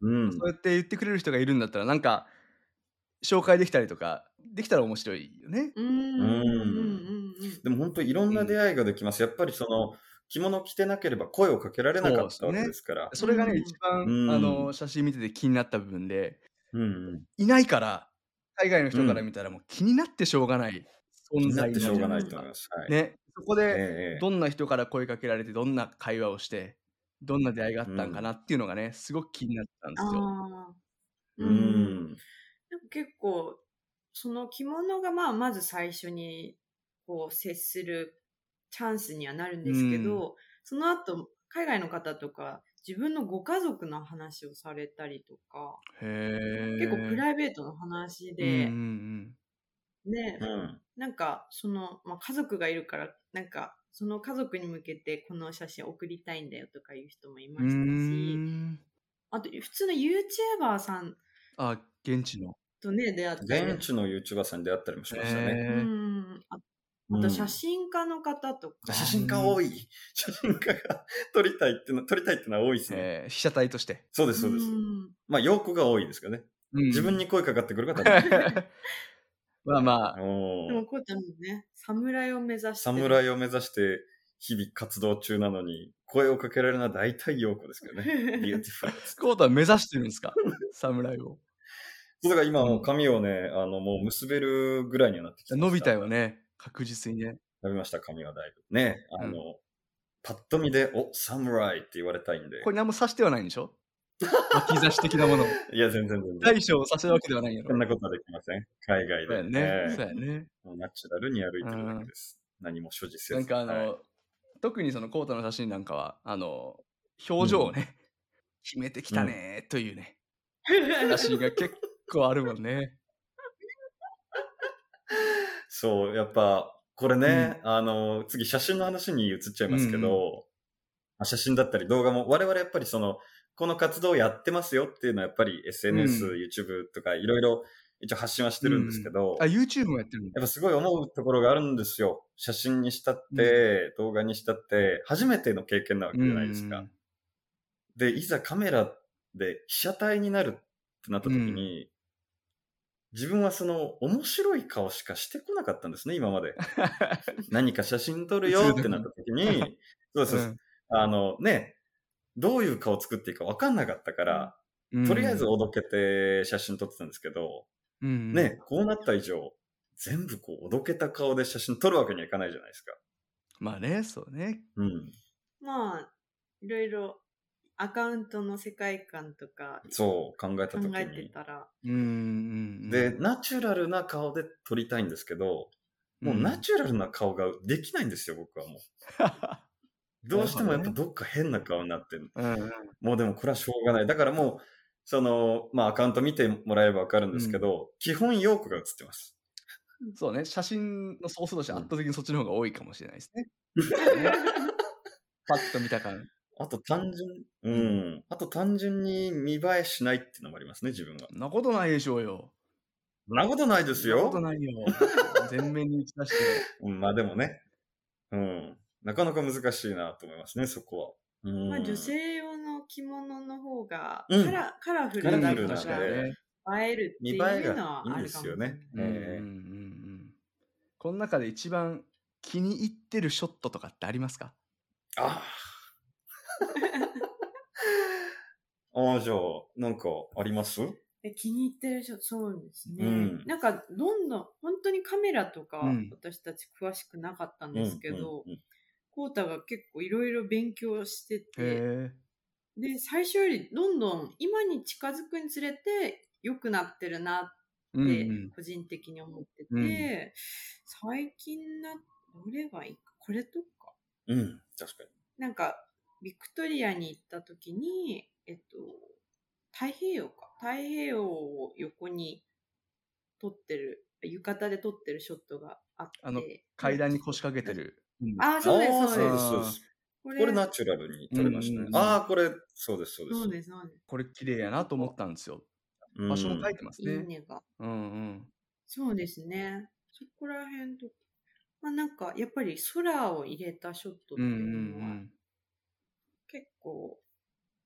[SPEAKER 3] うん
[SPEAKER 2] うん。
[SPEAKER 1] そうやって言ってくれる人がいるんだったら、なんか、紹介できたりとか、できたら面白いよね。
[SPEAKER 3] うんうんうんうん
[SPEAKER 2] でも本当いろんな出会いができます。やっぱりその、着物着てなければ声をかけられなかった
[SPEAKER 1] そう
[SPEAKER 2] わ
[SPEAKER 1] ですね
[SPEAKER 2] けですから。
[SPEAKER 1] それがね、
[SPEAKER 3] うん
[SPEAKER 1] 一番、
[SPEAKER 2] うん
[SPEAKER 1] あの写真見てて気になった部分で、
[SPEAKER 2] うんうん。
[SPEAKER 1] いないから、海外の人から
[SPEAKER 2] うん
[SPEAKER 1] 見たらもう気になってしょうがない
[SPEAKER 2] 気
[SPEAKER 1] 存
[SPEAKER 2] になっ
[SPEAKER 1] 在
[SPEAKER 2] てしょうがない
[SPEAKER 1] じ
[SPEAKER 2] と
[SPEAKER 1] ゃで
[SPEAKER 2] 思います。は
[SPEAKER 1] すか
[SPEAKER 2] い。
[SPEAKER 1] ね、そこで、
[SPEAKER 2] ええ
[SPEAKER 1] どんな人から声かけられて、どんな会話をして、どんな出会いがあったんかなっていうのがね、すごく気になったんですよ。
[SPEAKER 3] あー
[SPEAKER 2] う。ん。
[SPEAKER 3] なんか結構、その着物がまあまず最初にこう接するチャンスにはなるんですけど、その後、海外の方とか自分のご家族の話をされたりとか、
[SPEAKER 1] へー
[SPEAKER 3] 結構プライベートの話
[SPEAKER 1] う
[SPEAKER 3] で
[SPEAKER 1] んう、ん
[SPEAKER 3] ね、
[SPEAKER 2] うん。
[SPEAKER 3] なんかその、まあ、家族がいるから、なんかその家族に向けてこの写真送りたいんだよとかいう人もいま
[SPEAKER 1] うん、
[SPEAKER 3] したし、
[SPEAKER 1] うん
[SPEAKER 3] あと普通の YouTuber さん
[SPEAKER 1] あ、現地の。
[SPEAKER 3] とね、出会って、
[SPEAKER 2] 現地の YouTuber さんに出会ったりもしました
[SPEAKER 1] へ
[SPEAKER 2] ね。
[SPEAKER 3] う
[SPEAKER 1] ー
[SPEAKER 3] ん、あ
[SPEAKER 2] うん
[SPEAKER 3] あと写真家の方とか、
[SPEAKER 2] 写真家多い。写真家が撮りたいっての、撮りたいってのは多いですね。
[SPEAKER 1] えー被写体として。
[SPEAKER 2] そうです、そうです。
[SPEAKER 3] ん
[SPEAKER 2] まあ、洋子が多いですかね。
[SPEAKER 1] うん
[SPEAKER 2] 自分に声かかってくる方が
[SPEAKER 1] まあまあ、
[SPEAKER 2] 多
[SPEAKER 3] で
[SPEAKER 2] い。お
[SPEAKER 3] も
[SPEAKER 2] ー
[SPEAKER 3] こうちゃんもね、侍を目指してる。
[SPEAKER 2] 侍を目指して、日々活動中なのに、声をかけられるのは大体洋子ですけど ね。ビューティフルです。
[SPEAKER 1] コートは目指してるん ですか侍を。
[SPEAKER 2] そうだから今もう髪をね、あの、もう結べるぐらいにはなってきてました。
[SPEAKER 1] 伸びたよね、確実にね。
[SPEAKER 2] 伸びました、髪はだいぶ。ね、あの、パッと見で、お、サムライって言われたいんで。
[SPEAKER 1] これ何も指してはないんでし ょ脇差し的なもの。
[SPEAKER 2] いや、全然全然。
[SPEAKER 1] 大小を指してるわけではないんや
[SPEAKER 2] こ
[SPEAKER 1] ろ
[SPEAKER 2] ん。なことはできません。海外
[SPEAKER 1] そうや
[SPEAKER 2] で。
[SPEAKER 1] ね。
[SPEAKER 2] え
[SPEAKER 1] そうやね。
[SPEAKER 2] えもうナチュラルに歩いてるだけです。何も所持せず。
[SPEAKER 1] なんかあの、
[SPEAKER 2] はい
[SPEAKER 1] 特にそのコートの写真なんかは、あの、表情をね、決めてきたねーというね、写真が結構あるもん ね。
[SPEAKER 2] そう、やっぱ、これね、あの、次写真の話に移っちゃいますけど、
[SPEAKER 1] うん
[SPEAKER 2] まあ写真だったり動画も、我々やっぱりその、この活動をやってますよっていうのはやっぱり SNS、
[SPEAKER 1] うん
[SPEAKER 2] YouTube とかいろいろ一応発信はしてるんですけど、
[SPEAKER 1] あ、YouTube もやってるんだ。
[SPEAKER 2] やっぱすごい思うところがあるんですよ。写真にしたって、動画にしたって、初めての経験なわけじゃないです
[SPEAKER 1] う
[SPEAKER 2] か。
[SPEAKER 1] ん
[SPEAKER 2] で、いざカメラで被写体になるってなった時に、自分はその面白い顔しかしてこなかったんですね、今 まで。何か写真撮るよってなった時 に、そうそうそう、あのね、どういう顔作っていいか分かんなかったから、
[SPEAKER 1] うん
[SPEAKER 2] とりあえずおどけて写真撮ってたんですけど、
[SPEAKER 1] うん
[SPEAKER 2] ね、こうなった以上、全部こう、おどけた顔で写真撮るわけにはいかないじゃないですか。
[SPEAKER 1] まあね、そうね。
[SPEAKER 2] うん。
[SPEAKER 3] まあ、いろいろアカウントの世界観とか
[SPEAKER 2] そう、考えた
[SPEAKER 3] 考
[SPEAKER 2] 時
[SPEAKER 3] えて
[SPEAKER 2] に。
[SPEAKER 3] たら、
[SPEAKER 1] うんうん。
[SPEAKER 2] で、ナチュラルな顔で撮りたいんですけど、もううナチュラルな顔ができないんですよ、僕はもう。
[SPEAKER 1] ュ
[SPEAKER 2] どうしてもやっ
[SPEAKER 1] な
[SPEAKER 2] ぱ
[SPEAKER 1] る
[SPEAKER 2] どっか変な顔になってる。
[SPEAKER 1] うん、
[SPEAKER 2] もうでもこれはしょうがない。だからもう、その、まあアカウント見てもらえばわかるんですけど、基本洋子が写ってます。
[SPEAKER 1] そうね、写真の総数として圧倒的にそっちの方が多いかもしれないですね。 パッと見た感。
[SPEAKER 2] あと単純、うん。あと単純に見栄えしないっていうのもありますね、自分は。
[SPEAKER 1] そんなことないでしょうよ。
[SPEAKER 2] そんなことないです
[SPEAKER 1] そんな
[SPEAKER 2] よ
[SPEAKER 1] こと。ないよ。全面に打ち出して。
[SPEAKER 2] うんまあでもね。うん。なかなか難しいなと思いますね、そこは。うん
[SPEAKER 3] まあ、女性用の着物の方がカ
[SPEAKER 2] うん
[SPEAKER 3] ラ,、カラフ
[SPEAKER 2] カ
[SPEAKER 3] ル
[SPEAKER 2] ラ
[SPEAKER 3] だ
[SPEAKER 2] フル
[SPEAKER 3] と
[SPEAKER 2] な
[SPEAKER 3] か
[SPEAKER 2] ん
[SPEAKER 1] 確かに
[SPEAKER 2] で
[SPEAKER 1] ね
[SPEAKER 3] 映えるって
[SPEAKER 2] 見
[SPEAKER 3] い
[SPEAKER 2] 栄え
[SPEAKER 3] うの
[SPEAKER 2] が
[SPEAKER 3] はい
[SPEAKER 2] い
[SPEAKER 3] あ
[SPEAKER 2] で
[SPEAKER 3] るかも
[SPEAKER 2] す
[SPEAKER 3] しれ
[SPEAKER 2] よ
[SPEAKER 3] ない。
[SPEAKER 2] ね。
[SPEAKER 1] うんうんうん
[SPEAKER 2] ええ
[SPEAKER 1] うんこの中で一番気に入ってるショットとかってありますか
[SPEAKER 2] ああ。ああ、じゃあ、なんかあります
[SPEAKER 3] で気に入ってる人、そうですね。
[SPEAKER 2] うん
[SPEAKER 3] なんか、どんどん、本当にカメラとか
[SPEAKER 1] うん、
[SPEAKER 3] 私たち詳しくなかったんですけど、
[SPEAKER 2] うんうん
[SPEAKER 3] コータが結構いろいろ勉強してて、
[SPEAKER 1] へ
[SPEAKER 3] で、最初よりどんどん今に近づくにつれて良くなってるな
[SPEAKER 1] え。う
[SPEAKER 3] っ
[SPEAKER 1] んう
[SPEAKER 3] て
[SPEAKER 1] ん、
[SPEAKER 3] 個人的に思ってて、
[SPEAKER 1] うん
[SPEAKER 3] 最近な、どれがいいか、これとか。
[SPEAKER 2] うん、うん確かに。
[SPEAKER 3] なんか、ビクトリアに行った時に、えっと、太平洋か。太平洋を横に撮ってる、浴衣で撮ってるショットがあって。
[SPEAKER 1] あの階段に腰掛けてる。
[SPEAKER 3] あー、そうです、
[SPEAKER 2] ああ
[SPEAKER 3] そうです。
[SPEAKER 1] す
[SPEAKER 2] そうです。
[SPEAKER 3] こ
[SPEAKER 2] これナチュラルに撮れましたね
[SPEAKER 1] う。んうんうん
[SPEAKER 2] ああ、これ、そうです、そうです。
[SPEAKER 3] そうです、そうです。
[SPEAKER 1] これ綺麗やなと思ったんですよ。
[SPEAKER 2] うん
[SPEAKER 1] 場所も書いてます
[SPEAKER 3] いい
[SPEAKER 1] ね。
[SPEAKER 3] ねが。
[SPEAKER 1] うんうん。
[SPEAKER 3] そうですね。そこら辺と、まあなんか、やっぱり空を入れたショットって
[SPEAKER 1] うんうん
[SPEAKER 3] いう
[SPEAKER 1] う
[SPEAKER 3] のは、
[SPEAKER 1] ん。
[SPEAKER 3] 結構、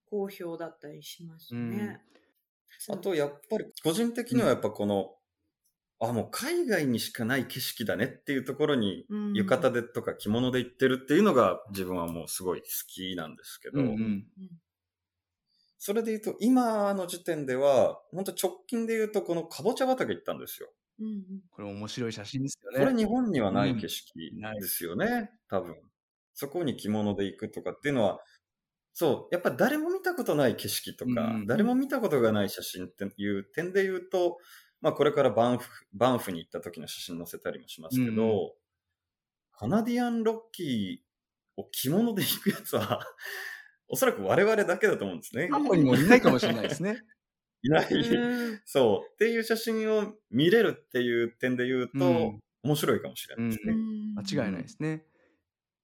[SPEAKER 3] 好評だったりします
[SPEAKER 1] うん
[SPEAKER 3] ね。
[SPEAKER 2] あと、やっぱり、個人的にはやっぱこの、あ、もう海外にしかない景色だねっていうところに、
[SPEAKER 3] うん
[SPEAKER 2] 浴衣でとか着物で行ってるっていうのが自分はもうすごい好きなんですけど、
[SPEAKER 1] うんうん
[SPEAKER 2] それで言うと今の時点では、本当直近で言うとこのかぼちゃ畑行ったんですよ。
[SPEAKER 3] うんうん
[SPEAKER 1] これ面白い写真ですよね。
[SPEAKER 2] これ日本にはない景色
[SPEAKER 1] うんない
[SPEAKER 2] ですよね、多分。そこに着物で行くとかっていうのは、そう、やっぱ誰も見たことない景色とか、
[SPEAKER 1] うん
[SPEAKER 2] 誰も見たことがない写真っていう点で言うと、まあこれからバンフ、バンフに行った時の写真載せたりもしますけど、
[SPEAKER 1] うんう
[SPEAKER 2] カナディアンロッキーを着物で行くやつは、 おそらく我々だけだと思うんですね。
[SPEAKER 1] 過去にもいないかもしれないですね。
[SPEAKER 2] いな い。
[SPEAKER 3] うん
[SPEAKER 2] そう。っていう写真を見れるっていう点で言うと、
[SPEAKER 1] うん
[SPEAKER 2] 面白いかもしれないですね。
[SPEAKER 1] 間違いないですね。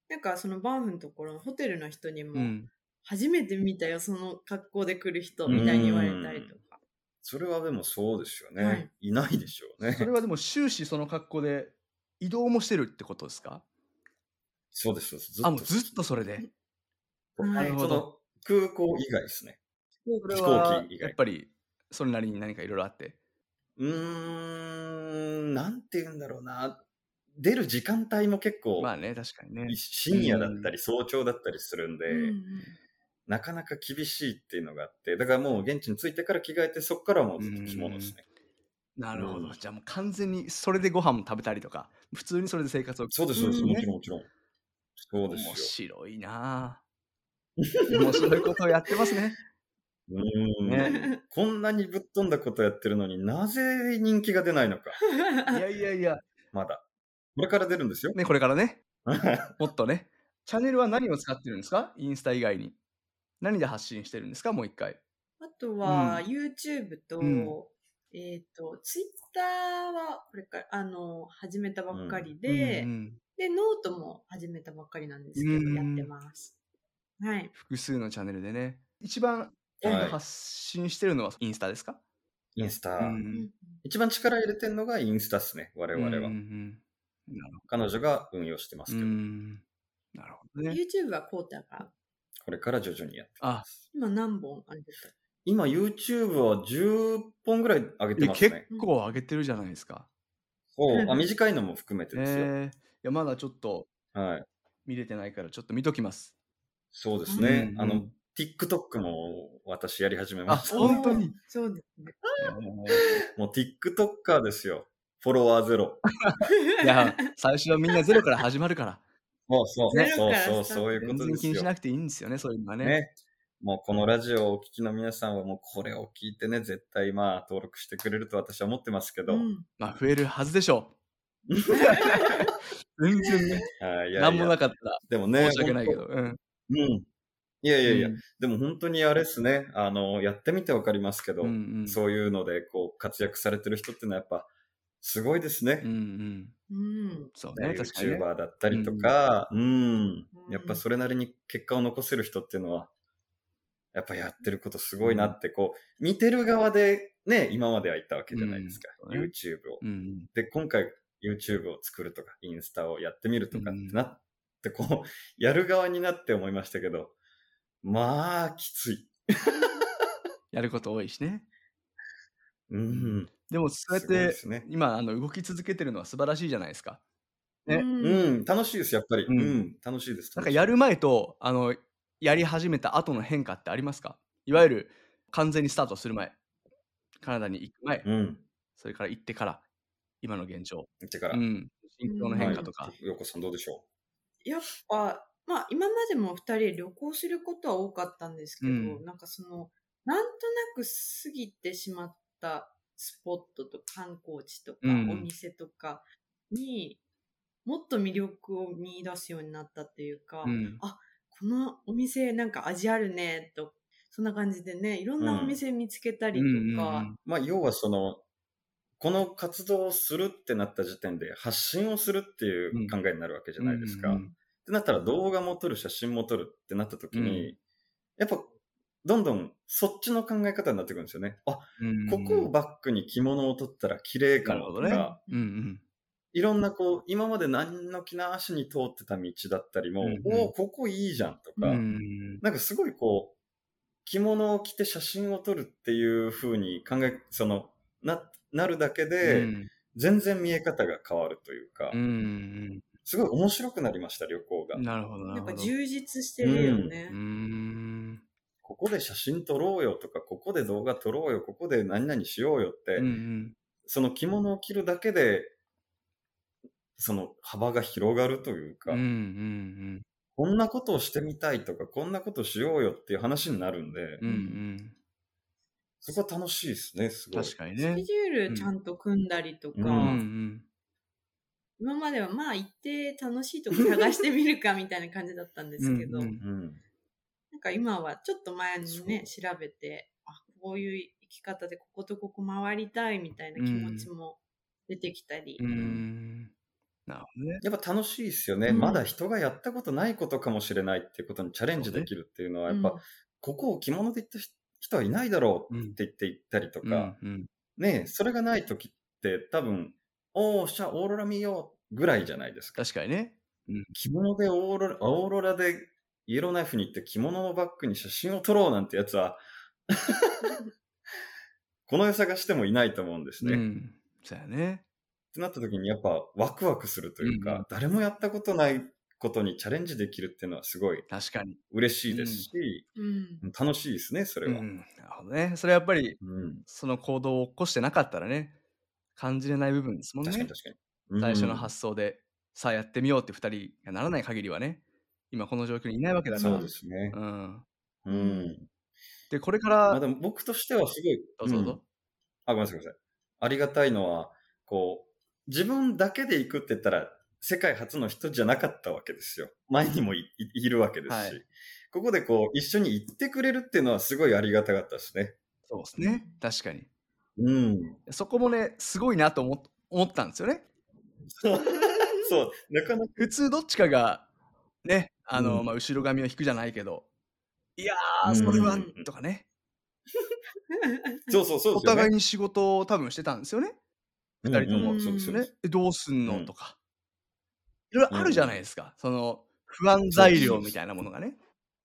[SPEAKER 3] なんかそのバーフのところのホテルの人にも、
[SPEAKER 1] うん。
[SPEAKER 3] 初めて見たよ、その格好で来る人、みたいに言われたりとか。
[SPEAKER 2] それはでもそうですよね。
[SPEAKER 3] はい
[SPEAKER 2] い、ないでしょうね。
[SPEAKER 1] それはでも終始その格好で移動もしてるってことですか
[SPEAKER 2] そうです、そうです。ず
[SPEAKER 1] あ、もうずっとそれで。
[SPEAKER 3] は
[SPEAKER 1] ないる。ほ
[SPEAKER 2] そ
[SPEAKER 1] ど
[SPEAKER 2] の空港以外ですね。
[SPEAKER 1] それ
[SPEAKER 2] 飛行
[SPEAKER 1] は
[SPEAKER 2] 機以
[SPEAKER 1] や
[SPEAKER 2] 外
[SPEAKER 1] っぱりそれなりに何かいろいろあって。
[SPEAKER 2] うーん、なんて言うんだろうな。出る時間帯も結構、
[SPEAKER 1] まあね、確かにね。
[SPEAKER 2] 深夜だったり早朝だったりするんで、
[SPEAKER 3] うん
[SPEAKER 2] なかなか厳しいっていうのがあって、だからもう現地に着いてから着替えて、そこからはもうずっと着物ですね。
[SPEAKER 1] なるほど。
[SPEAKER 2] うん
[SPEAKER 1] じゃあもう完全にそれでご飯も食べたりとか、普通にそれで生活を。
[SPEAKER 2] そうです、そうです。
[SPEAKER 3] うん
[SPEAKER 2] もちろん、もちろん。そうで
[SPEAKER 1] 面
[SPEAKER 2] す
[SPEAKER 1] 白いなぁ。面白いことをやってますね。
[SPEAKER 2] よ。うーん、
[SPEAKER 1] ね
[SPEAKER 2] こんなにぶっ飛んだことやってるのになぜ人気が出ないのか。
[SPEAKER 1] いやいやいや、
[SPEAKER 2] まだ。これから出るんですよ。
[SPEAKER 1] ね、これから ね、もっとね。チャンネルは何を使ってるんですかインスタ以外に。何で発信してるんですかもう一回。
[SPEAKER 3] あとは、
[SPEAKER 1] う
[SPEAKER 3] YouTube と、
[SPEAKER 1] うん
[SPEAKER 3] えっ、と、Twitter は、これから、あの、始めたばっかりで、
[SPEAKER 1] うんうん
[SPEAKER 3] で、ノートも始めたばっかりなんですけど、
[SPEAKER 1] うん
[SPEAKER 3] やってます。はい。
[SPEAKER 1] 複数のチャンネルでね。一番多く発信してるのはインスタですか、
[SPEAKER 2] インスタ。
[SPEAKER 1] うん
[SPEAKER 3] う
[SPEAKER 1] うん
[SPEAKER 3] ん
[SPEAKER 2] 一番力入れてるのがインスタっすね。我々は。
[SPEAKER 1] うんうんうんなる
[SPEAKER 2] 彼女が運用してま
[SPEAKER 1] ほ
[SPEAKER 2] す
[SPEAKER 1] ど
[SPEAKER 2] けど、
[SPEAKER 1] うんなるほどね。
[SPEAKER 3] YouTube はコータが、
[SPEAKER 2] これから徐々にやっていきます。
[SPEAKER 3] 今何本あげた
[SPEAKER 2] 今 YouTube は10本ぐらい上げ
[SPEAKER 1] い
[SPEAKER 2] て
[SPEAKER 1] や
[SPEAKER 2] ます
[SPEAKER 1] 結
[SPEAKER 2] ね。
[SPEAKER 1] 構上げてるじゃないですか。
[SPEAKER 2] そうあ短いのも含めてですよ、
[SPEAKER 1] えーいやまだちょっと
[SPEAKER 2] はい。
[SPEAKER 1] 見れてないからちょっと見ときます。
[SPEAKER 2] そうですね。
[SPEAKER 1] うん
[SPEAKER 2] あの、TikTok も私やり始めま
[SPEAKER 1] あ
[SPEAKER 2] した。
[SPEAKER 1] 本当に。
[SPEAKER 3] そうですね。
[SPEAKER 2] もう TikToker ですよ。フォロワーゼロ。
[SPEAKER 1] いや最初はみんなゼロから始まるから
[SPEAKER 2] そうそうそう
[SPEAKER 3] ゼロ
[SPEAKER 2] そう
[SPEAKER 3] から
[SPEAKER 2] そう
[SPEAKER 3] スタート
[SPEAKER 2] そういう
[SPEAKER 1] 全
[SPEAKER 2] ことで
[SPEAKER 1] 然
[SPEAKER 2] す
[SPEAKER 1] 気にし
[SPEAKER 2] よ。
[SPEAKER 1] なくていいんですよねそういうのはね。
[SPEAKER 2] ね。もうこのラジオをお聞きの皆さんはもうこれを聞いてね、絶対まあ登録してくれると私は思ってますけど、
[SPEAKER 3] うん
[SPEAKER 1] まあ増えるはずでしょ う。全然ね
[SPEAKER 2] はいいやいや
[SPEAKER 1] 何もなかったら
[SPEAKER 2] でもね、
[SPEAKER 1] 申し訳ないけど。うん。
[SPEAKER 2] 本当。うん。いやいやいや、
[SPEAKER 1] うん
[SPEAKER 2] でも本当にあれですね、あの、やってみてわかりますけど、
[SPEAKER 1] うんうん。
[SPEAKER 2] そういうので、こう、活躍されてる人っていうのはやっぱ、すごいですね。
[SPEAKER 1] うんうん。
[SPEAKER 3] うん。
[SPEAKER 1] そう
[SPEAKER 2] ね
[SPEAKER 1] ね確かにね。
[SPEAKER 2] YouTuber だったりとか、うん、
[SPEAKER 3] うん
[SPEAKER 2] やっぱそれなりに結果を残せる人っていうのは、やっぱやってることすごいなって、こう、見てる側でね、今まではいたわけじゃないですか。
[SPEAKER 1] うんそうね
[SPEAKER 2] YouTube を。
[SPEAKER 1] うんうん
[SPEAKER 2] で、今回 YouTube を作るとか、インスタをやってみるとかってなっってこう、 やる側になって思いましたけど、まあ、きつい。
[SPEAKER 1] やること多いしね。
[SPEAKER 2] うん。
[SPEAKER 1] でもそうやっ
[SPEAKER 2] すごいで
[SPEAKER 1] て
[SPEAKER 2] すね。
[SPEAKER 1] 今あの動き続けてるのは素晴らしいじゃないですか。ね
[SPEAKER 2] う
[SPEAKER 3] うん
[SPEAKER 2] ん、楽しいです、やっぱり。う
[SPEAKER 1] うん
[SPEAKER 2] ん、楽しいです。
[SPEAKER 1] なんかや
[SPEAKER 2] る
[SPEAKER 1] る前とあのやり始めた後の変化ってありますかいわゆる完全にスタートする前、カナダに行く前、
[SPEAKER 2] うん。
[SPEAKER 1] それから行ってから、今の現状、
[SPEAKER 2] 見てから。
[SPEAKER 1] うん、心境の変化とか
[SPEAKER 2] は。い。ようこさんどうでしょ
[SPEAKER 3] やっぱ、まあ今までも二人旅行することは多かったんですけど、
[SPEAKER 1] うん
[SPEAKER 3] なんかその、なんとなく過ぎてしまったスポットと観光地とか、
[SPEAKER 1] うん
[SPEAKER 3] お店とかに、もっと魅力を見出すようになったっていうか、
[SPEAKER 1] うん
[SPEAKER 3] このお店なんか味あるね、と、そんな感じでね、いろんなお店見つけたりとか、
[SPEAKER 2] う。まあ、要はその、この活動をするってなった時点で発信をするっていう考えになるわけじゃないですか。
[SPEAKER 1] うん
[SPEAKER 2] っ
[SPEAKER 1] うん
[SPEAKER 2] てなったら動画も撮る、写真も撮るってなった時に、
[SPEAKER 1] う
[SPEAKER 2] やっぱどんどんそっちの考え方になってくるんですよね。あ、
[SPEAKER 1] うん
[SPEAKER 2] ここをバックに着物を撮ったら綺麗かもとか、
[SPEAKER 1] なるほどねうんうん
[SPEAKER 2] いろんなこう、今まで何の気な足に通ってた道だったりも、
[SPEAKER 1] うんうん
[SPEAKER 2] おお、ここいいじゃんと
[SPEAKER 1] う
[SPEAKER 2] か、
[SPEAKER 1] ん
[SPEAKER 2] なんかすごいこう、着物を着て写真を撮るっていう風に考え、その、な、なるだけで、
[SPEAKER 1] うん
[SPEAKER 2] 全然見え方が変わるというか、
[SPEAKER 1] うん
[SPEAKER 2] すごい面白くなりました、旅行が
[SPEAKER 1] うん。なるほどな
[SPEAKER 3] や
[SPEAKER 1] る
[SPEAKER 3] っ
[SPEAKER 1] ほ
[SPEAKER 3] ぱ
[SPEAKER 1] ど。
[SPEAKER 3] 充実してるよね。
[SPEAKER 1] うん
[SPEAKER 2] ここで写真撮ろうよとか、ここで動画撮ろうよ、ここで何々しようよって、
[SPEAKER 1] うんうん
[SPEAKER 2] その着物を着るだけで、その幅が広がるという
[SPEAKER 1] う
[SPEAKER 2] か、
[SPEAKER 1] んうん
[SPEAKER 2] こんなことをしてみたいとか、こんなことしようよっていう話になるんで、
[SPEAKER 1] うんうんうん
[SPEAKER 2] そこは楽しいですね、すごい。
[SPEAKER 1] 確かに
[SPEAKER 3] ス
[SPEAKER 1] ね
[SPEAKER 3] ケ。ジュールちゃんと組んだりとか、
[SPEAKER 2] うん
[SPEAKER 1] うん
[SPEAKER 2] に
[SPEAKER 1] うん
[SPEAKER 3] 今まではまあ行って楽しいとこ探してみるかみたいな感じだったんですけど、
[SPEAKER 1] うんうん
[SPEAKER 2] うん。
[SPEAKER 3] なんか今はちょっと前にね、
[SPEAKER 2] そ
[SPEAKER 3] 調べて、あ、こういう生き方でこことここ回りたいみたいな気持ちも出てきたり、
[SPEAKER 1] うんなるほどね。
[SPEAKER 2] やっぱ楽しいですよね、
[SPEAKER 3] うん
[SPEAKER 2] まだ人がやったことないことかもしれないっていうことにチャレンジできるっていうのは、やっぱ、ここを着物で行った人はいないだろうって言って行ったりとか、
[SPEAKER 1] うん
[SPEAKER 2] ねえそれがない時って多分、おーしゃ、オーロラ見ようぐらいじゃないですか。
[SPEAKER 1] 確かにね。
[SPEAKER 2] 着物でオーロラ、オーロラでイエローナイフに行って着物のバッグに写真を撮ろうなんてや つは、この世探してもいないと思うんですね。
[SPEAKER 1] う
[SPEAKER 2] っ
[SPEAKER 1] んそうやね。
[SPEAKER 2] てなった時にやっぱワクワクするというか、
[SPEAKER 1] うん
[SPEAKER 2] 誰もやったことないことにチャレンジできるっていうのはすごい
[SPEAKER 1] 確かに。
[SPEAKER 2] 嬉しいですし、
[SPEAKER 3] うん、うん
[SPEAKER 2] 楽しいですね、それ
[SPEAKER 1] う
[SPEAKER 2] は。
[SPEAKER 1] んなるほどね。それはやっぱり
[SPEAKER 2] うん
[SPEAKER 1] その行動を起こしてなかったらね、感じれない部分ですもんね。
[SPEAKER 2] 確かに確かに。うん
[SPEAKER 1] 最初の発想で、さあやってみようって2人がならない限りはね、今この状況にいないわけだから。
[SPEAKER 2] そうですね。
[SPEAKER 1] うん、
[SPEAKER 2] うん。
[SPEAKER 1] で、これか
[SPEAKER 2] まあ
[SPEAKER 1] ら、
[SPEAKER 2] でも僕としてはすごい、
[SPEAKER 1] どうぞどう
[SPEAKER 2] うん
[SPEAKER 1] ぞ。
[SPEAKER 2] あ、ごめんなさい、ごめんなさい。ありがたいのは、こう、自分だけで行くって言ったら、世界初の人じゃなかったわけですよ。前にもいいいるわけですし、
[SPEAKER 1] はい
[SPEAKER 2] ここでこう、一緒に行ってくれるっていうのはすごいありがたかったですね。
[SPEAKER 1] そうですね。確かに。
[SPEAKER 2] うん。
[SPEAKER 1] そこもね、すごいなと思っ思ったんですよね。
[SPEAKER 2] そう、そうなかなか、
[SPEAKER 1] 普通どっちかが、ね、あの、
[SPEAKER 2] うん
[SPEAKER 1] まあ、後ろ髪を引くじゃないけど、いやー、それは
[SPEAKER 2] うん、
[SPEAKER 1] とかね、
[SPEAKER 2] そうそうそう
[SPEAKER 1] お
[SPEAKER 2] ですよね。
[SPEAKER 1] 互いに仕事を多分してたんですよね。
[SPEAKER 2] うん
[SPEAKER 1] 二人とも
[SPEAKER 2] うんそうですそうで
[SPEAKER 1] ね
[SPEAKER 2] す。
[SPEAKER 1] えどうすん
[SPEAKER 2] う
[SPEAKER 1] の
[SPEAKER 2] ん
[SPEAKER 1] とか、いろいろあるじゃないですか。その、不安材料みたいなものがね、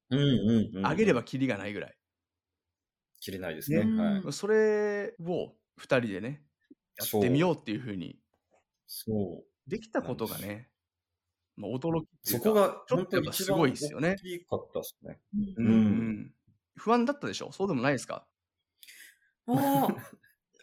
[SPEAKER 2] うんうん、うん。
[SPEAKER 1] あげればキリがないぐらい。
[SPEAKER 2] 切れないですね。
[SPEAKER 3] ね
[SPEAKER 2] はい
[SPEAKER 3] うん。
[SPEAKER 1] それを2人でね、やってみようっていうふうに、
[SPEAKER 2] そう。
[SPEAKER 1] できたことがね、まあ、驚きってい
[SPEAKER 2] そう
[SPEAKER 1] か
[SPEAKER 2] こが、
[SPEAKER 1] ちょっとやっぱすごいですよね
[SPEAKER 2] 大。きかったですね。
[SPEAKER 1] うん
[SPEAKER 2] ん
[SPEAKER 1] うん不安だったでしょそうでもないですか
[SPEAKER 3] あー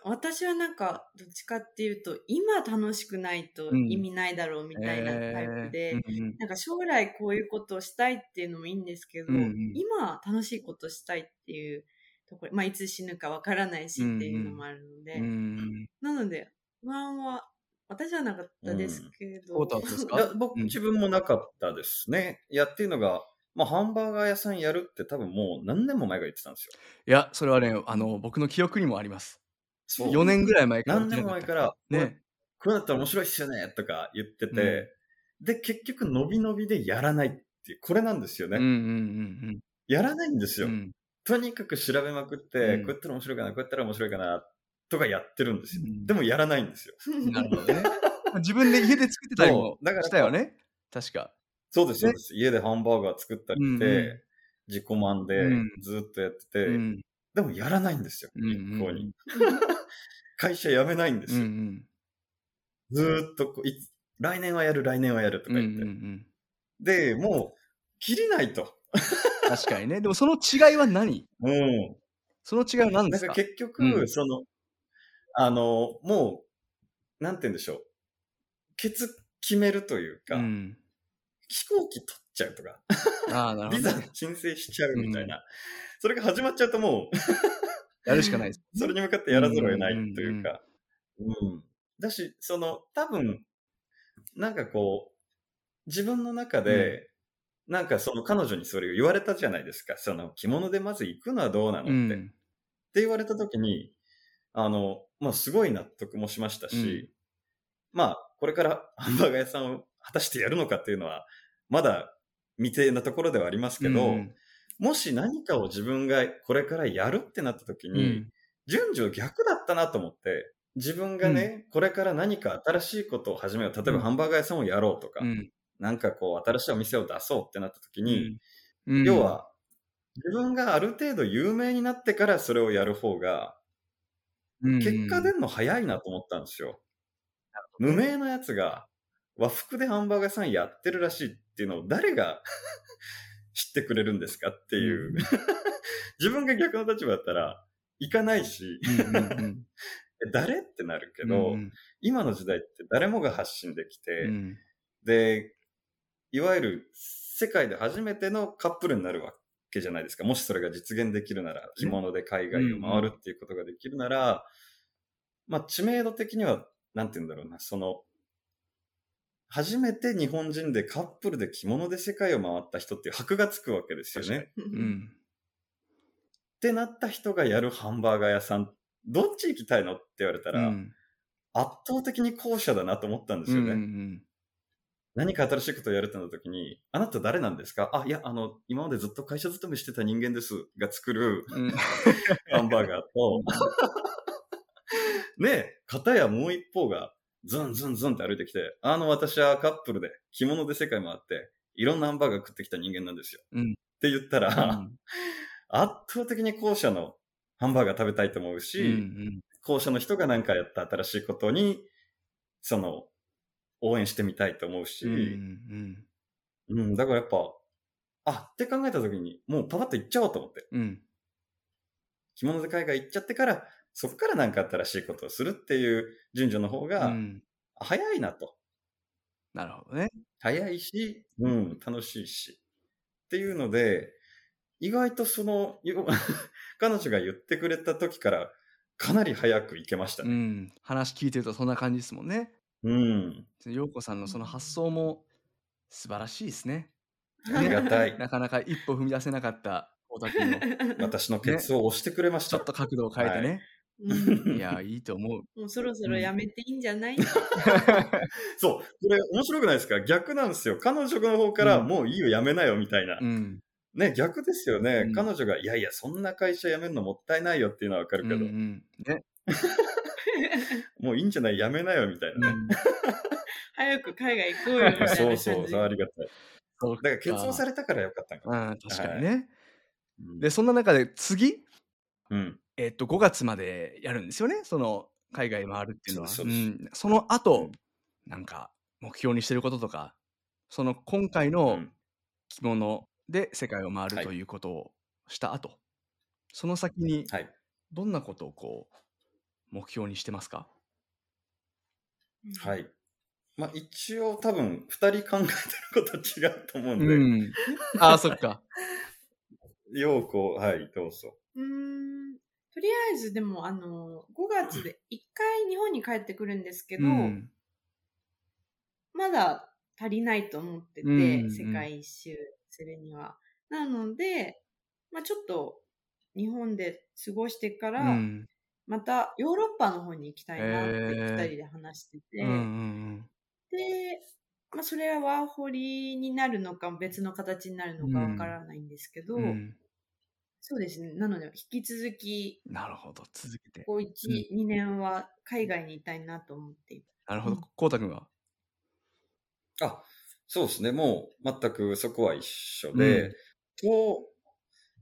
[SPEAKER 3] 私はなんか、どっちかっていうと、今楽しくないと意味ないだろうみたいなタイプで、
[SPEAKER 1] えーうん
[SPEAKER 3] なんか将来こういうことをしたいっていうのもいいんですけど、
[SPEAKER 1] うんうん
[SPEAKER 3] 今楽しいことしたいっていうところ、まあいつ死ぬかわからないしっていうのもあるので、
[SPEAKER 1] うんうん
[SPEAKER 3] なので不安は私はなかったですけど、
[SPEAKER 1] どうだったです
[SPEAKER 2] い や
[SPEAKER 1] か
[SPEAKER 2] 僕、
[SPEAKER 1] うん
[SPEAKER 2] 自分もなかったですね。いや、っていうのが、まあ、ハンバーガー屋さんやるって多分もう何年も前から言ってたんですよ。
[SPEAKER 1] いや、それはね、あの、僕の記憶にもあります。
[SPEAKER 2] そう
[SPEAKER 1] 4年ぐらい前から。
[SPEAKER 2] 何年も前から、ね、
[SPEAKER 1] ね。
[SPEAKER 2] これだったら面白いっすよね、とか言ってて、で、結局、伸び伸びでやらないっていう、これなんですよね。
[SPEAKER 1] うんうん
[SPEAKER 2] やらないんです
[SPEAKER 1] うんうん。う
[SPEAKER 2] よ。
[SPEAKER 1] ん
[SPEAKER 2] とにかく調べまくって、
[SPEAKER 1] うん
[SPEAKER 2] こうやったら面白いかな、こうやったら面白いかな、とかやってるんですよ。
[SPEAKER 1] うん
[SPEAKER 2] でもやらないんですよ。
[SPEAKER 1] なるほどね。自分で家で作ってたりも
[SPEAKER 2] そうだから
[SPEAKER 1] したよね。確か。
[SPEAKER 2] そうです、そうです。家でハンバーガー作ったりして、
[SPEAKER 1] うんう
[SPEAKER 2] 自己満で
[SPEAKER 1] うん
[SPEAKER 2] ずっとやってて、
[SPEAKER 1] うん
[SPEAKER 2] でもやらないんですよ、
[SPEAKER 1] うん
[SPEAKER 2] 一
[SPEAKER 1] うん
[SPEAKER 2] 向に。会社辞めないんです
[SPEAKER 1] うんう
[SPEAKER 2] よ。
[SPEAKER 1] ん
[SPEAKER 2] ずーっとこうい、来年はやる、来年はやると
[SPEAKER 1] う
[SPEAKER 2] か
[SPEAKER 1] んう
[SPEAKER 2] 言
[SPEAKER 1] ん
[SPEAKER 2] って。
[SPEAKER 1] うん
[SPEAKER 2] で、もう、切りないと。
[SPEAKER 1] 確かにね。でもその違いは何
[SPEAKER 2] うん。
[SPEAKER 1] その違いは何で
[SPEAKER 2] なん
[SPEAKER 1] す
[SPEAKER 2] か
[SPEAKER 1] か
[SPEAKER 2] 結局、
[SPEAKER 1] うん
[SPEAKER 2] その、あの、もう、なんて言うんでしょう。ケツ決めるというか、
[SPEAKER 1] うん、
[SPEAKER 2] 飛行機取っちゃうとか、
[SPEAKER 1] ああ、なる
[SPEAKER 2] ビ
[SPEAKER 1] ほど
[SPEAKER 2] ザ。申請しちゃうみたいな。それが始まっちゃうとも
[SPEAKER 1] やるしかないです。
[SPEAKER 2] う、それに向かってやらざるを得ないというか。うんだし、その、多分、なんかこう、自分の中で、なんかその彼女にそれを言われたじゃないですか。その着物でまず行くのはどうなのって。
[SPEAKER 1] う
[SPEAKER 2] っ
[SPEAKER 1] ん。
[SPEAKER 2] て言われた時に、あの、まあすごい納得もしましたし、まあこれから ハンバーガー屋さんを果たしてやるのかっていうのは、まだ未定なところではありますけど、
[SPEAKER 1] うん
[SPEAKER 2] もし何かを自分がこれからやるってなった時
[SPEAKER 1] う
[SPEAKER 2] に、
[SPEAKER 1] ん
[SPEAKER 2] 順序逆だったなと思って、自分がね、これから何か新しいことを始めよう。例え
[SPEAKER 1] うん
[SPEAKER 2] ばハンバーガー屋さんをやろうと
[SPEAKER 1] う
[SPEAKER 2] か、
[SPEAKER 1] ん
[SPEAKER 2] なんかこう新しいお店を出そうってなった時に、
[SPEAKER 1] うん
[SPEAKER 2] 要、は自分がある程度有名になってからそれをやる方が、
[SPEAKER 1] うん
[SPEAKER 2] 結果出るの早いなと思ったんですよ。無名なやつが和服でハンバーガー屋さんやってるらしいっていうのを誰が 知ってくれるんですかっていう。 自分が逆の立場だったら行かないし、
[SPEAKER 1] うんうんうん
[SPEAKER 2] え誰ってな るけ
[SPEAKER 1] うん
[SPEAKER 2] ど、
[SPEAKER 1] うん
[SPEAKER 2] 今の時代って誰もが発信できて、
[SPEAKER 1] うん
[SPEAKER 2] で、いわゆる世界で初めてのカップルになるわけじゃないですか。もしそれが実現できるなら、着物で海外を回るっていうことができるなら、まあ知名度的には、なんて言うんだろうな、その、初めて日本人でカップルで着物で世界を回った人っていう箔がつくわけですよね。
[SPEAKER 1] うんうん
[SPEAKER 2] ってなった人がやるハンバーガー屋さん、どっち行きたいのって言われた
[SPEAKER 1] う
[SPEAKER 2] ら、
[SPEAKER 1] ん
[SPEAKER 2] 圧倒的に後者だなと思ったんですよね。
[SPEAKER 1] うんうん
[SPEAKER 2] 何か新しいことをやるってなった時に、あなた誰なんですかあ、いや、あの、今までずっと会社勤めしてた人間ですが作 る
[SPEAKER 1] うんうん
[SPEAKER 2] ハンバーガーと、 ねえ、片やもう一方が、ズンズンズンって歩いてきて、あの、私はカップルで着物で世界回って、いろんなハンバーガー食ってきた人間なんですよ。
[SPEAKER 1] うん
[SPEAKER 2] って言ったら、
[SPEAKER 1] うん
[SPEAKER 2] 圧倒的に後者のハンバーガー食べたいと思うし、
[SPEAKER 1] うん
[SPEAKER 2] 後者の人が何かやった新しいことに、その、応援してみたいと思うし、
[SPEAKER 1] うんうん
[SPEAKER 2] うん、だからやっぱ、あ、って考えた時に、もうパパッと行っちゃおうと思って。
[SPEAKER 1] うん
[SPEAKER 2] 着物で海外行っちゃってから、そこからなんか新しいことをするっていう順序の方
[SPEAKER 1] う
[SPEAKER 2] が、
[SPEAKER 1] ん
[SPEAKER 2] 早いなと。
[SPEAKER 1] なるほどね。
[SPEAKER 2] 早いし、うん、楽しいし。っていうので、意外とその、よ 彼女が言ってくれた時から、かなり早く行けました
[SPEAKER 1] う
[SPEAKER 2] ね。
[SPEAKER 1] ん話聞いてるとそんな感じですもんね。
[SPEAKER 2] うん。
[SPEAKER 1] 陽子さんのその発想も素晴らしいですね。
[SPEAKER 2] ありが たい。
[SPEAKER 1] なかなか一歩踏み出せなかったお宅の
[SPEAKER 2] 私のケツを押してくれまし
[SPEAKER 1] ちょ
[SPEAKER 2] た。
[SPEAKER 1] っと角度を変えてね。
[SPEAKER 3] うん
[SPEAKER 1] いや、いいと 思う。
[SPEAKER 3] もうそろそろやめていいんじゃない、
[SPEAKER 2] そう。これ面白くないですか逆なんですよ。彼女の方から、
[SPEAKER 1] うん
[SPEAKER 2] もういいよ、やめなよ、みたいな。
[SPEAKER 1] うん。
[SPEAKER 2] ね、逆ですよね、
[SPEAKER 1] うん
[SPEAKER 2] 彼女が、いやいや、そんな会社辞めるのもったいないよっていうのはわか
[SPEAKER 1] う
[SPEAKER 2] る
[SPEAKER 1] んう
[SPEAKER 2] けど、
[SPEAKER 1] ん。ね。
[SPEAKER 2] もういいんじゃない、辞めなよみたいなね。
[SPEAKER 3] 早く海外行こうよみたいな感 じ。
[SPEAKER 2] そうそ う、そうありがたい。
[SPEAKER 1] そう
[SPEAKER 2] だから、結論されたからよかったんかな。
[SPEAKER 1] うん、確かにね。
[SPEAKER 2] うん
[SPEAKER 1] で、そんな中で次、
[SPEAKER 2] うん、
[SPEAKER 1] えっと、5月までやるんですよね。その、海外回るっていうのは。
[SPEAKER 2] そうですそう
[SPEAKER 1] うんその後、なんか、目標にしてることとか、その、今回
[SPEAKER 2] う
[SPEAKER 1] の
[SPEAKER 2] ん
[SPEAKER 1] 着物で世界を回
[SPEAKER 2] は
[SPEAKER 1] る
[SPEAKER 2] い
[SPEAKER 1] ということをした後、その先に、
[SPEAKER 2] はい。
[SPEAKER 1] どんなことをこう、目標にしてますか
[SPEAKER 2] は。い。まあ、一応、多分、二人考えてること違うと思うんで、
[SPEAKER 1] うん。ああ、そっか。
[SPEAKER 2] ようこう、はい、どうぞ。
[SPEAKER 3] うーん。とりあえずでもあの、5月で1回日本に帰ってくるんですけど、
[SPEAKER 1] うん。
[SPEAKER 3] まだ足りないと思ってて、
[SPEAKER 1] うんうんうん
[SPEAKER 3] 世界一周するには。なので、まあちょっと日本で過ごしてか
[SPEAKER 1] う
[SPEAKER 3] ら、
[SPEAKER 1] ん。
[SPEAKER 3] またヨーロッパの方に行きたいなって
[SPEAKER 1] へー
[SPEAKER 3] 2人で話してて、
[SPEAKER 1] うんうん
[SPEAKER 3] で、まあそれはワーホリになるのか別の形になるのかわからないんですけど、
[SPEAKER 1] うんうん。
[SPEAKER 3] そうですね。なので引き続き、
[SPEAKER 1] なるほど、続けて。
[SPEAKER 3] こう1、2年は海外にいたいなと思っていて
[SPEAKER 1] なるほど
[SPEAKER 3] うん、
[SPEAKER 1] こうたくんは。
[SPEAKER 2] あ、そうですね。もう全くそこは一緒で、と、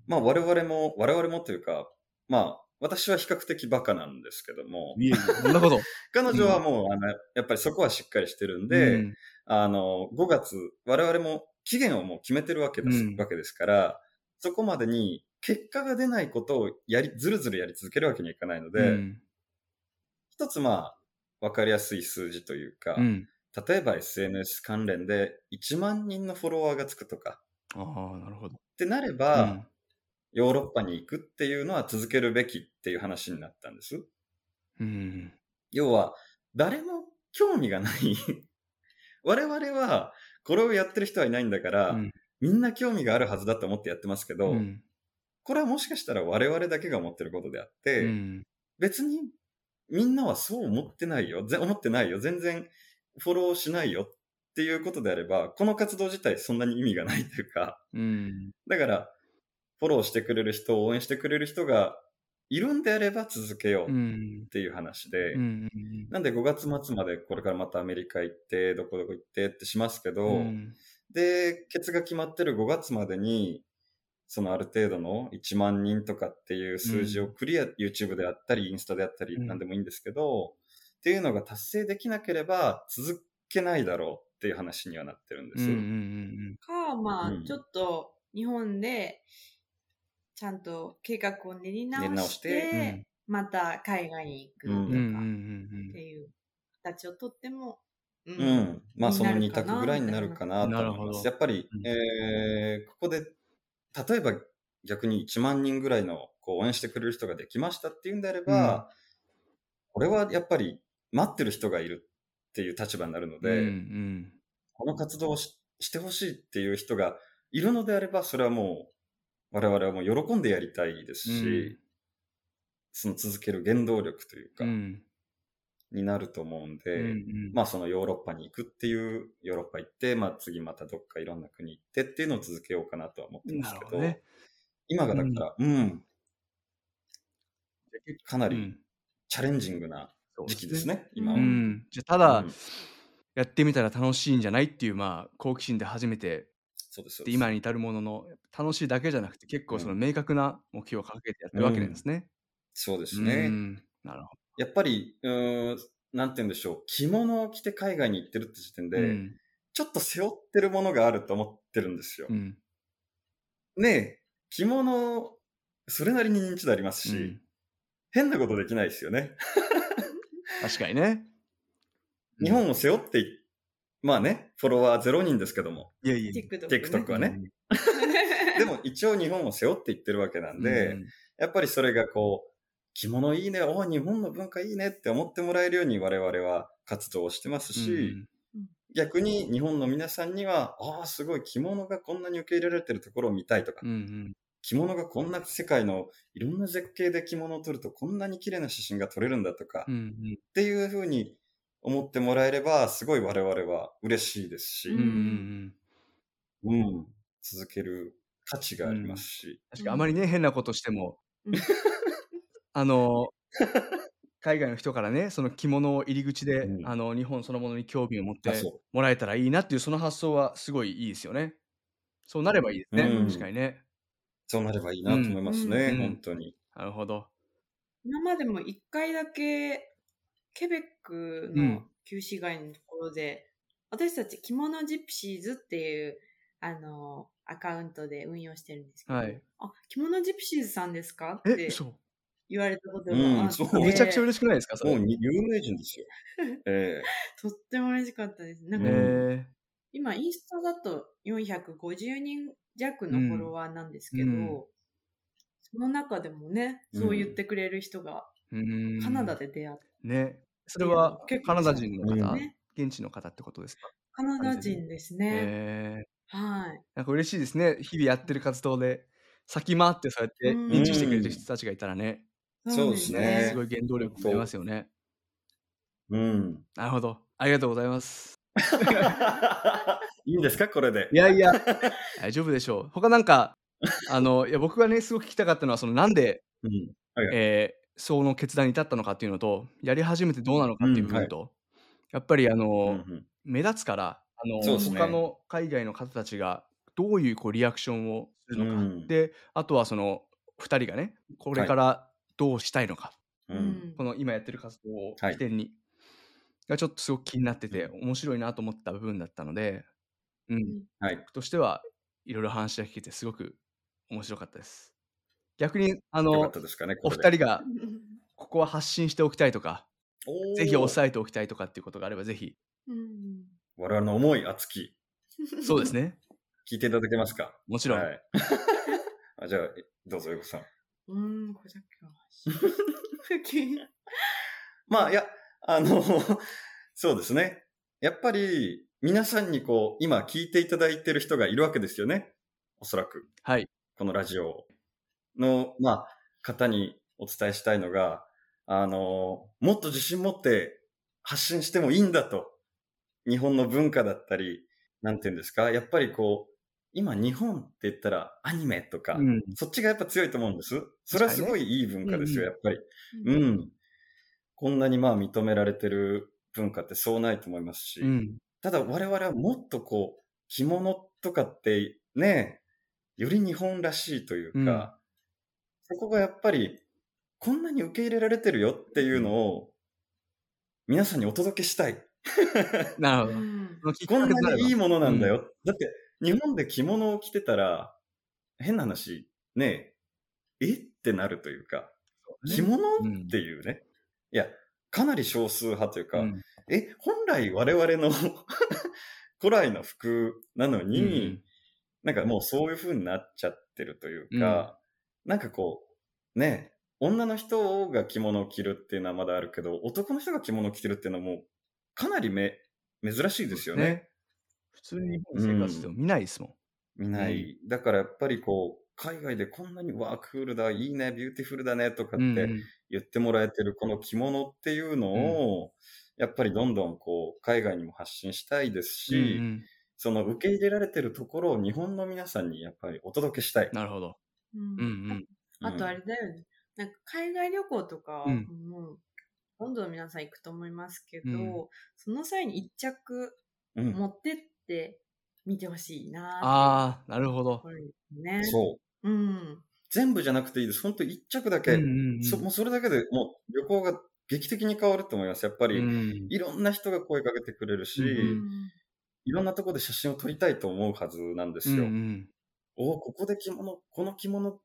[SPEAKER 2] まあ我々も、我々もというか、まあ私は比較的バカなんですけども、
[SPEAKER 1] いえいえそんなこと。
[SPEAKER 2] 彼女はもう、あの、やっぱりそこはしっかりしてるんで、
[SPEAKER 1] うん
[SPEAKER 2] あの、5月、我々も期限をもう決めてるわけです,、
[SPEAKER 1] うん
[SPEAKER 2] わけですから、そこまでに結果が出ないことをやり、ずるずるやり続けるわけにはいかないので、
[SPEAKER 1] うん
[SPEAKER 2] 一つまあ、わかりやすい数字というか、
[SPEAKER 1] うん。
[SPEAKER 2] 例えば SNS 関連で1万人のフォロワーがつくとか、
[SPEAKER 1] ああ、なるほど。
[SPEAKER 2] ってなれば、ヨーロッパに行くっていうのは続けるべきっていう話になったんです。
[SPEAKER 1] うん。うん。
[SPEAKER 2] 要は、誰も興味がない。 我々は、これをやってる人はいないんだから、
[SPEAKER 1] うん
[SPEAKER 2] みんな興味があるはずだと思ってやってますけど、
[SPEAKER 1] うん
[SPEAKER 2] これはもしかしたら我々だけが思ってることであって、
[SPEAKER 1] うん
[SPEAKER 2] 別にみんなはそう思ってないよ、ぜ思ってないよ、全然フォローしないよっていうことであれば、この活動自体そんなに意味がないというか、
[SPEAKER 1] うん。
[SPEAKER 2] だから、フォローしてくれる人、応援してくれる人がいるんであれば続けよ
[SPEAKER 1] う
[SPEAKER 2] うっ
[SPEAKER 1] ん。
[SPEAKER 2] ていう話で、
[SPEAKER 1] うん。
[SPEAKER 2] なんで5月末までこれからまたアメリカ行って、どこどこ行ってってしますけど、
[SPEAKER 1] うん
[SPEAKER 2] で、ケツが決まってる5月までに、そのある程度の1万人とかっていう数字をクリア、YouTube であったり、インスタであったり
[SPEAKER 1] う、ん
[SPEAKER 2] なんでもいいんですけど、っていうのが達成できなければ続けないだろうっていう話にはなってるんで
[SPEAKER 1] うん。うん。う
[SPEAKER 2] す。
[SPEAKER 1] ん
[SPEAKER 3] か、まあ、
[SPEAKER 2] うん
[SPEAKER 3] ちょっと日本でちゃんと計画を練り直して
[SPEAKER 2] 練り直して
[SPEAKER 1] うん
[SPEAKER 3] また海外に行くとか
[SPEAKER 2] うん
[SPEAKER 1] うんうんうん
[SPEAKER 3] っていう形をとっても、う
[SPEAKER 2] うん。まあその2択ぐらいになるかな
[SPEAKER 1] に
[SPEAKER 2] と
[SPEAKER 1] なるかな
[SPEAKER 2] 思いま
[SPEAKER 1] なるほ
[SPEAKER 2] す。
[SPEAKER 1] ど
[SPEAKER 2] やっぱり、
[SPEAKER 1] うん
[SPEAKER 2] えー、ここで、例えば逆に1万人ぐらいのこう応援してくれる人ができましたっていうんであれば、これはやっぱり待ってる人がいるっていう立場になるの
[SPEAKER 1] うん。
[SPEAKER 2] で、
[SPEAKER 1] うん
[SPEAKER 2] この活動をししてほしいっていう人がいるのであれば、それはもう、我々はもう喜んでやりたいですし、
[SPEAKER 1] うん
[SPEAKER 2] その続ける原動力というか、
[SPEAKER 1] うん。
[SPEAKER 2] になると思うんで、
[SPEAKER 1] うん
[SPEAKER 2] まあそのヨーロッパに行くっていう、ヨーロッパ行って、まあ次またどっかいろんな国行ってっていうのを続けようかなとは思ってます
[SPEAKER 1] な
[SPEAKER 2] け
[SPEAKER 1] る
[SPEAKER 2] ど、
[SPEAKER 1] ほどね
[SPEAKER 2] 今がだから、うん、かな
[SPEAKER 1] う
[SPEAKER 2] り
[SPEAKER 1] ん
[SPEAKER 2] チャレンジングな
[SPEAKER 1] そう
[SPEAKER 2] 時期です。ね、今は。
[SPEAKER 1] うん。じゃあただ、やってみたら楽しいんじゃないっていう、まあ、好奇心で初めて
[SPEAKER 2] そうです、そう
[SPEAKER 1] で
[SPEAKER 2] です。
[SPEAKER 1] 今に至るものの楽しいだけじゃなくて結構その明確な目標を掲げてやってるわけなんですね。
[SPEAKER 2] そうです
[SPEAKER 1] う
[SPEAKER 2] ね。
[SPEAKER 1] んなるほ
[SPEAKER 2] やっぱり、うーん、なんて言うんでしょう、着物を着て海外に行ってるって時点で、
[SPEAKER 1] ど。うん
[SPEAKER 2] ちょっと背負ってるものがあると思ってるんですよ。
[SPEAKER 1] うん
[SPEAKER 2] ねえ、着物、それなりに認知度あります
[SPEAKER 1] う
[SPEAKER 2] し、
[SPEAKER 1] ん
[SPEAKER 2] 変なことできないですよね。
[SPEAKER 1] 確かにね。
[SPEAKER 2] 日本を背負ってい、まあね、フォロワー0人ですけ ども、
[SPEAKER 1] いやいや
[SPEAKER 3] TikTok, ね
[SPEAKER 2] TikTok はね。でも一応日本を背負っていってるわけなんで、
[SPEAKER 1] うん
[SPEAKER 2] やっぱりそれがこう、着物いいね、おー日本の文化いいねって思ってもらえるように我々は活動をしてますし、逆に日本の皆さんには、ああ、すごい着物がこんなに受け入れられてるところを見たいとか、
[SPEAKER 1] うんうん
[SPEAKER 2] 着物がこんな世界のいろんな絶景で着物を撮るとこんなに綺麗な写真が撮れるんだとか、
[SPEAKER 1] う
[SPEAKER 2] っ
[SPEAKER 1] ん
[SPEAKER 2] ていうふうに思ってもらえれば、すごい我々は嬉しいですし、
[SPEAKER 1] うんうんうんうん
[SPEAKER 2] うん、続ける価値がありますし、
[SPEAKER 1] 確かにあまりね変なことしても
[SPEAKER 3] うん
[SPEAKER 1] あ の海外の人からねその着物を入り口で、
[SPEAKER 2] うん
[SPEAKER 1] あの日本そのものに興味を持って
[SPEAKER 2] あそ
[SPEAKER 1] もらえたらいいなっていうその発想はすごいいいですよね。そうなればいいですね、
[SPEAKER 2] うん
[SPEAKER 1] 確かにね。
[SPEAKER 2] そうなればいいなと思いますね、
[SPEAKER 1] うん
[SPEAKER 2] 本当に。
[SPEAKER 1] なるほど。
[SPEAKER 3] 今までも一回だけケベックの旧市街のところで、私たち着物ジプシーズっていうあのアカウントで運用してるんですけど、
[SPEAKER 1] はい
[SPEAKER 3] あ着物ジプシーズさんですかっ
[SPEAKER 1] え、
[SPEAKER 3] て
[SPEAKER 1] そ
[SPEAKER 3] 言われたことがあ
[SPEAKER 2] うん
[SPEAKER 3] って、
[SPEAKER 2] そう
[SPEAKER 1] めちゃくちゃ嬉しくないですかそれ。
[SPEAKER 2] もうに有名人 ですよ。え
[SPEAKER 3] とっても嬉しかったです。なんか、
[SPEAKER 2] ね
[SPEAKER 1] え
[SPEAKER 3] 今インスタだと450人弱のフォロワーなんですけ
[SPEAKER 1] う
[SPEAKER 3] ど、
[SPEAKER 1] んうん
[SPEAKER 3] その中でもね、そう言ってくれる人が
[SPEAKER 1] ーうん
[SPEAKER 3] カナダで出会っ
[SPEAKER 1] ね。それは
[SPEAKER 3] 結構
[SPEAKER 1] カナダ人の
[SPEAKER 3] た、
[SPEAKER 1] 方、
[SPEAKER 2] うん
[SPEAKER 3] ね。
[SPEAKER 1] 現地の方ってことですか
[SPEAKER 3] カナダ人ですね。
[SPEAKER 1] ええ
[SPEAKER 3] はい。
[SPEAKER 1] なんか嬉しいですね。日々やってる活動で先回ってそうやって
[SPEAKER 3] うん
[SPEAKER 1] 認知してくれる人たちがいたらね、
[SPEAKER 2] そうですね
[SPEAKER 1] すごい原動力になりますよね。
[SPEAKER 2] え うん。
[SPEAKER 1] なるほど。ありがとうございます。
[SPEAKER 2] いいんですかこれで
[SPEAKER 1] い。やいや、 大丈夫でしょう。他なんか、あの、いや僕がね、すごく聞きたかったのは、そのなんで、
[SPEAKER 2] うん
[SPEAKER 1] えーその決断に至ったのかっていうのと、やり始めてどうなのかっていう部分と、やっぱりあの、
[SPEAKER 2] うんうん
[SPEAKER 1] 目立つからあの、
[SPEAKER 2] そうですね
[SPEAKER 1] 他の海外の方たちがどういうこうリアクションをするのか、
[SPEAKER 2] うん
[SPEAKER 1] であとはその2人がねこれからどうしたいのか、
[SPEAKER 2] うん。
[SPEAKER 1] この今やってる活動を
[SPEAKER 2] はい
[SPEAKER 1] 起点に、がちょっとすごく気になってて面白いなと思った部分だったので、うん
[SPEAKER 3] ん
[SPEAKER 2] はい。
[SPEAKER 1] 僕としてはいろいろ話が聞けてすごく面白かったです。逆にあ
[SPEAKER 2] よかっ
[SPEAKER 1] の
[SPEAKER 2] たですかね、
[SPEAKER 1] お
[SPEAKER 2] これで
[SPEAKER 1] 二人がここは発信しておきたいとか
[SPEAKER 2] おー
[SPEAKER 1] ぜひ押さえておきたいとかっていうことがあればぜ ひ
[SPEAKER 3] うん
[SPEAKER 2] 我々の思い、熱き、
[SPEAKER 1] そうですね
[SPEAKER 2] 聞いていただけますか
[SPEAKER 1] もちろん、
[SPEAKER 2] はい、 あじゃあ、どうぞ、ゆうこさん。
[SPEAKER 3] うん、これだけの話。
[SPEAKER 2] まあ、いや、あ の、そうですね。やっぱり、皆さんにこう、今聞いていただいてる人がいるわけですよね。おそらく、
[SPEAKER 1] はい
[SPEAKER 2] このラジオの、まあ、方にお伝えしたいのが、あの、もっと自信持って発信してもいいんだと。日本の文化だったり、なんて言うんですか。やっぱりこう、今日本って言ったらアニメとか、
[SPEAKER 1] うん
[SPEAKER 2] そっちがやっぱ強いと思うんです。それはすごいいい文化ですよ、
[SPEAKER 1] う
[SPEAKER 2] やっぱり。
[SPEAKER 3] う。
[SPEAKER 2] うんん。こんなにまあ認められてる文化ってそうないと思いますし、
[SPEAKER 1] うん、
[SPEAKER 2] ただ我々はもっとこう、着物とかってね、より日本らしいというか、そこがやっぱり、こんなに受け入れられてるよっていうのを、皆さんにお届けしたい。
[SPEAKER 1] なるほ
[SPEAKER 3] う
[SPEAKER 1] ど
[SPEAKER 3] ん
[SPEAKER 1] そのきっ
[SPEAKER 2] こ
[SPEAKER 1] か
[SPEAKER 2] ん
[SPEAKER 1] けとなれ
[SPEAKER 2] な
[SPEAKER 1] ば
[SPEAKER 2] にいいものなんだよ。だって、日本で着物を着てたら、変な話、ねえ、えってなるというか、着物っていうね。いや、かなり少数派というか、
[SPEAKER 1] うん
[SPEAKER 2] え、本来我々の 古来の服なのに、
[SPEAKER 1] うん
[SPEAKER 2] なんかもうそういう風になっちゃってるというか、なんかこう、ね、女の人が着物を着るっていうのはまだあるけど、男の人が着物を着てるっていうのはもう、かなりめ、珍しいですよね。
[SPEAKER 1] ね普通に日本生活しても見ないですもん、
[SPEAKER 2] 見ない。だからやっぱりこう、海外でこんなにワークールだ、いいね、ビューティフルだねとかって、
[SPEAKER 1] うんうん
[SPEAKER 2] 言ってもらえてるこの着物っていうのを、やっぱりどんどんこう海外にも発信したいですし、
[SPEAKER 1] うんうん
[SPEAKER 2] その受け入れられてるところを日本の皆さんにやっぱりお届けしたい。
[SPEAKER 1] なるほど、
[SPEAKER 3] う
[SPEAKER 1] うんうんん、
[SPEAKER 3] あとあれだよね。なんか海外旅行とか、
[SPEAKER 1] うん
[SPEAKER 3] もうどんどん皆さん行くと思いますけど、
[SPEAKER 1] うん
[SPEAKER 3] その際に一着
[SPEAKER 2] うん、
[SPEAKER 3] 持ってって見てほしいな
[SPEAKER 1] ああなるほ
[SPEAKER 3] ー
[SPEAKER 1] ど
[SPEAKER 3] こ、れね。
[SPEAKER 2] そう。
[SPEAKER 3] うん。
[SPEAKER 2] 全部じゃなくていいです。本当一着だけ、
[SPEAKER 1] うんうん
[SPEAKER 2] そ。もうそれだけでもう旅行が劇的に変わると思います。やっぱり、
[SPEAKER 1] うん
[SPEAKER 2] いろんな人が声かけてくれるし、
[SPEAKER 1] うん
[SPEAKER 3] うん
[SPEAKER 2] いろんなところで写真を撮りたいと思うはずなんですよ。
[SPEAKER 1] うん
[SPEAKER 2] おここで着物、この着物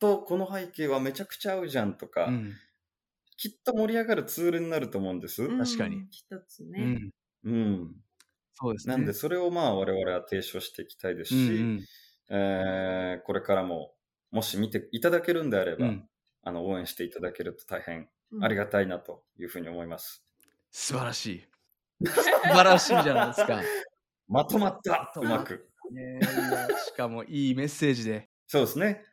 [SPEAKER 2] とこの背景はめちゃくちゃ合うじゃんとか、
[SPEAKER 1] うんうん
[SPEAKER 2] きっと盛り上がるツールになると思うんです。
[SPEAKER 3] うん
[SPEAKER 1] 確かに。
[SPEAKER 3] 一つ
[SPEAKER 1] う
[SPEAKER 3] ね。
[SPEAKER 1] ん
[SPEAKER 2] うん。
[SPEAKER 1] そうですね
[SPEAKER 2] なんで、それをまあ我々は提唱していきたいです
[SPEAKER 1] うん
[SPEAKER 2] し、えーこれからも、もし見ていただけるんであれ
[SPEAKER 1] うんう
[SPEAKER 2] ば、
[SPEAKER 1] ん、
[SPEAKER 2] あの、応援していただけると大変あり
[SPEAKER 3] が
[SPEAKER 2] がたいなというふうに思います。
[SPEAKER 1] 素晴らしい素晴らしいじゃないです か、
[SPEAKER 2] まとまった
[SPEAKER 1] そう
[SPEAKER 2] うまく。
[SPEAKER 1] ねえいやしかもいいメッセージで
[SPEAKER 2] そうですね。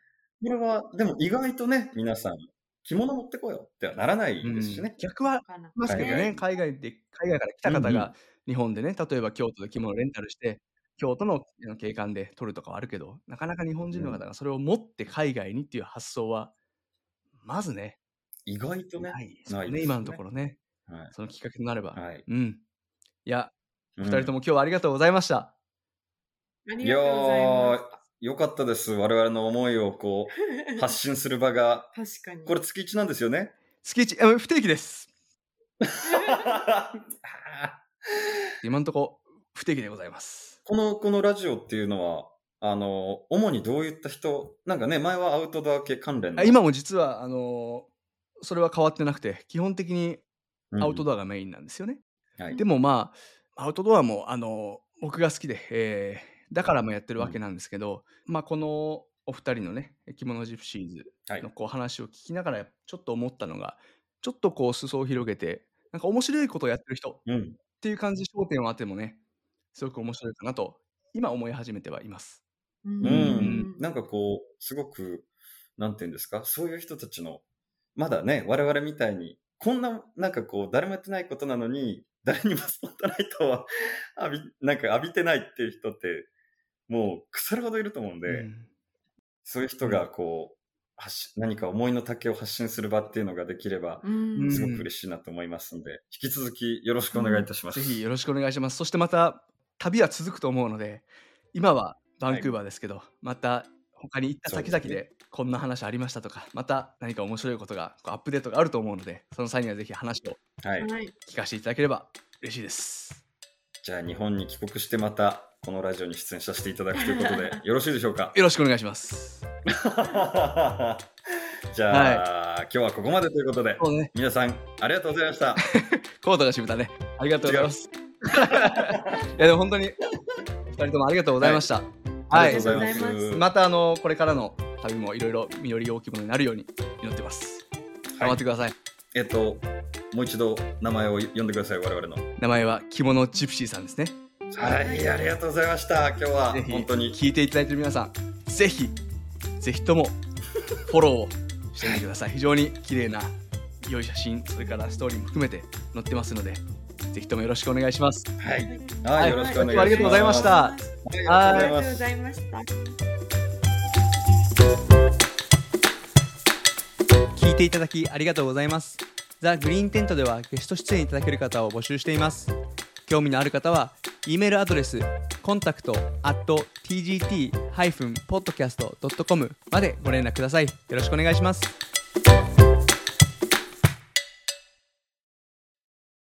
[SPEAKER 2] これは、でも意外とね、皆さん、着物持ってこようってはならないですしね。
[SPEAKER 1] 逆はあ
[SPEAKER 3] かな。
[SPEAKER 1] りますけどね、
[SPEAKER 2] は
[SPEAKER 1] 海外で海外から来た方
[SPEAKER 2] うんう
[SPEAKER 1] が日本でね、例えば京都で着物をレンタルして京都のあの景観で撮るとかはあるけどなかなか日本人の方がそれを持って海外にっていう発想はまずね
[SPEAKER 2] 意外とね。
[SPEAKER 1] ないですよ
[SPEAKER 2] ない
[SPEAKER 1] ね
[SPEAKER 2] ですね
[SPEAKER 1] 今のところね、
[SPEAKER 2] はい
[SPEAKER 1] そのきっかけとなれば、
[SPEAKER 2] はい。
[SPEAKER 1] うんいや
[SPEAKER 2] 二
[SPEAKER 1] 二人とも今日はありがとうございました、
[SPEAKER 3] ありがとうございます。
[SPEAKER 2] よかったです。我々の思いをこう、発信する場が。
[SPEAKER 3] 確かに。
[SPEAKER 2] これ月1なんです よね。
[SPEAKER 1] 月一あ不定期です今のところ不定期でございます
[SPEAKER 2] この、このラジオっていうのは、あの、主にどういった人、なんかね、前はアウトドア系関連の
[SPEAKER 1] あ今も実はあのーそれは変わってなくて基本的にアウト
[SPEAKER 2] ド
[SPEAKER 1] ドアがメインなんですよね、
[SPEAKER 2] ア、はい
[SPEAKER 1] でもまあアウトドアもあのー僕が好きで、えーだからもやってるわけなんですけど、まあこのお二人のね着物ジプシーズ
[SPEAKER 2] はい
[SPEAKER 1] のこう話を聞きながらちょっと思ったのがちょっとこう裾を広げてなんか面白いことをやってる人っ
[SPEAKER 2] うん。
[SPEAKER 1] ていう感じで焦点を当てもねすごく面白いかなと今思い始めてはいます。
[SPEAKER 3] う
[SPEAKER 2] うんん。
[SPEAKER 1] ん
[SPEAKER 2] なんかこう、すごく、なんていうんですか、そういう人たちの、まだね、我々みたいに、こんな、なんかこう、誰もやってないことなのに、誰にもそんなライトは 浴び、なんか浴びてないっていう人って、もう腐るほどいると思うんで、
[SPEAKER 1] うん
[SPEAKER 2] そういう人がこう、発し何か思いの丈を発信する場っていうのができれば、
[SPEAKER 3] うん
[SPEAKER 2] すごく嬉しいなと思いますので、引き続きよろしくお願いいたします。
[SPEAKER 1] ぜひよろしくお願いします。そしてまた、旅は続くと思うので今はバンクーバーですけど、また他に行った先々
[SPEAKER 2] そうで
[SPEAKER 1] でこんな話ありましたとか、また何か面白いことがこうアップデートがあると思うのでその際にはぜひ話を
[SPEAKER 2] はい。
[SPEAKER 3] はい。
[SPEAKER 1] 聞かせていただければ嬉しいです。
[SPEAKER 2] じゃあ、日本に帰国してまた、このラジオに出演させていただくという ことで、よろしいでしょうか。
[SPEAKER 1] よろしくお願いします。
[SPEAKER 2] じゃあ、今日はここまでということで、
[SPEAKER 1] そうね、
[SPEAKER 2] 皆さん、ありがとうございました。
[SPEAKER 1] コートが締めたね。ありがとうございます。 いやでも本当に二人ともありがとうございました。
[SPEAKER 2] あ
[SPEAKER 1] は
[SPEAKER 2] り
[SPEAKER 1] い
[SPEAKER 2] がとうございま
[SPEAKER 3] ありがとうござい
[SPEAKER 2] す。
[SPEAKER 1] またあのこれからの旅もいろいろ実り多きものになるように祈ってます。頑張ってください。
[SPEAKER 2] えっと、もう一度名前を呼んでください、我々の。
[SPEAKER 1] 名前は着物ジプシーさんですね。
[SPEAKER 2] はい、ありがとうございました。今日は
[SPEAKER 1] ぜひ
[SPEAKER 2] 本当に
[SPEAKER 1] 聞いていただいている皆さん、ぜひぜひともフォローをしてみてく ださい。非常に綺麗な良い写真、それからストーリーも含めて載ってますので、ぜひともよろしくお願いします。
[SPEAKER 2] はい、
[SPEAKER 1] は
[SPEAKER 2] はいい、よろしくお願いします。
[SPEAKER 1] ありがとうございました
[SPEAKER 3] あ
[SPEAKER 2] あり
[SPEAKER 3] り
[SPEAKER 2] がとうございうま
[SPEAKER 3] がとご
[SPEAKER 2] す。
[SPEAKER 3] ざいました。
[SPEAKER 4] 聞いていただきありがとうございますザ・グリーンテントではゲスト出演いただける方を募集しています興味のある方は E メールアドレス contact.tgt-podcast.com までご連絡くださいよろしくお願いします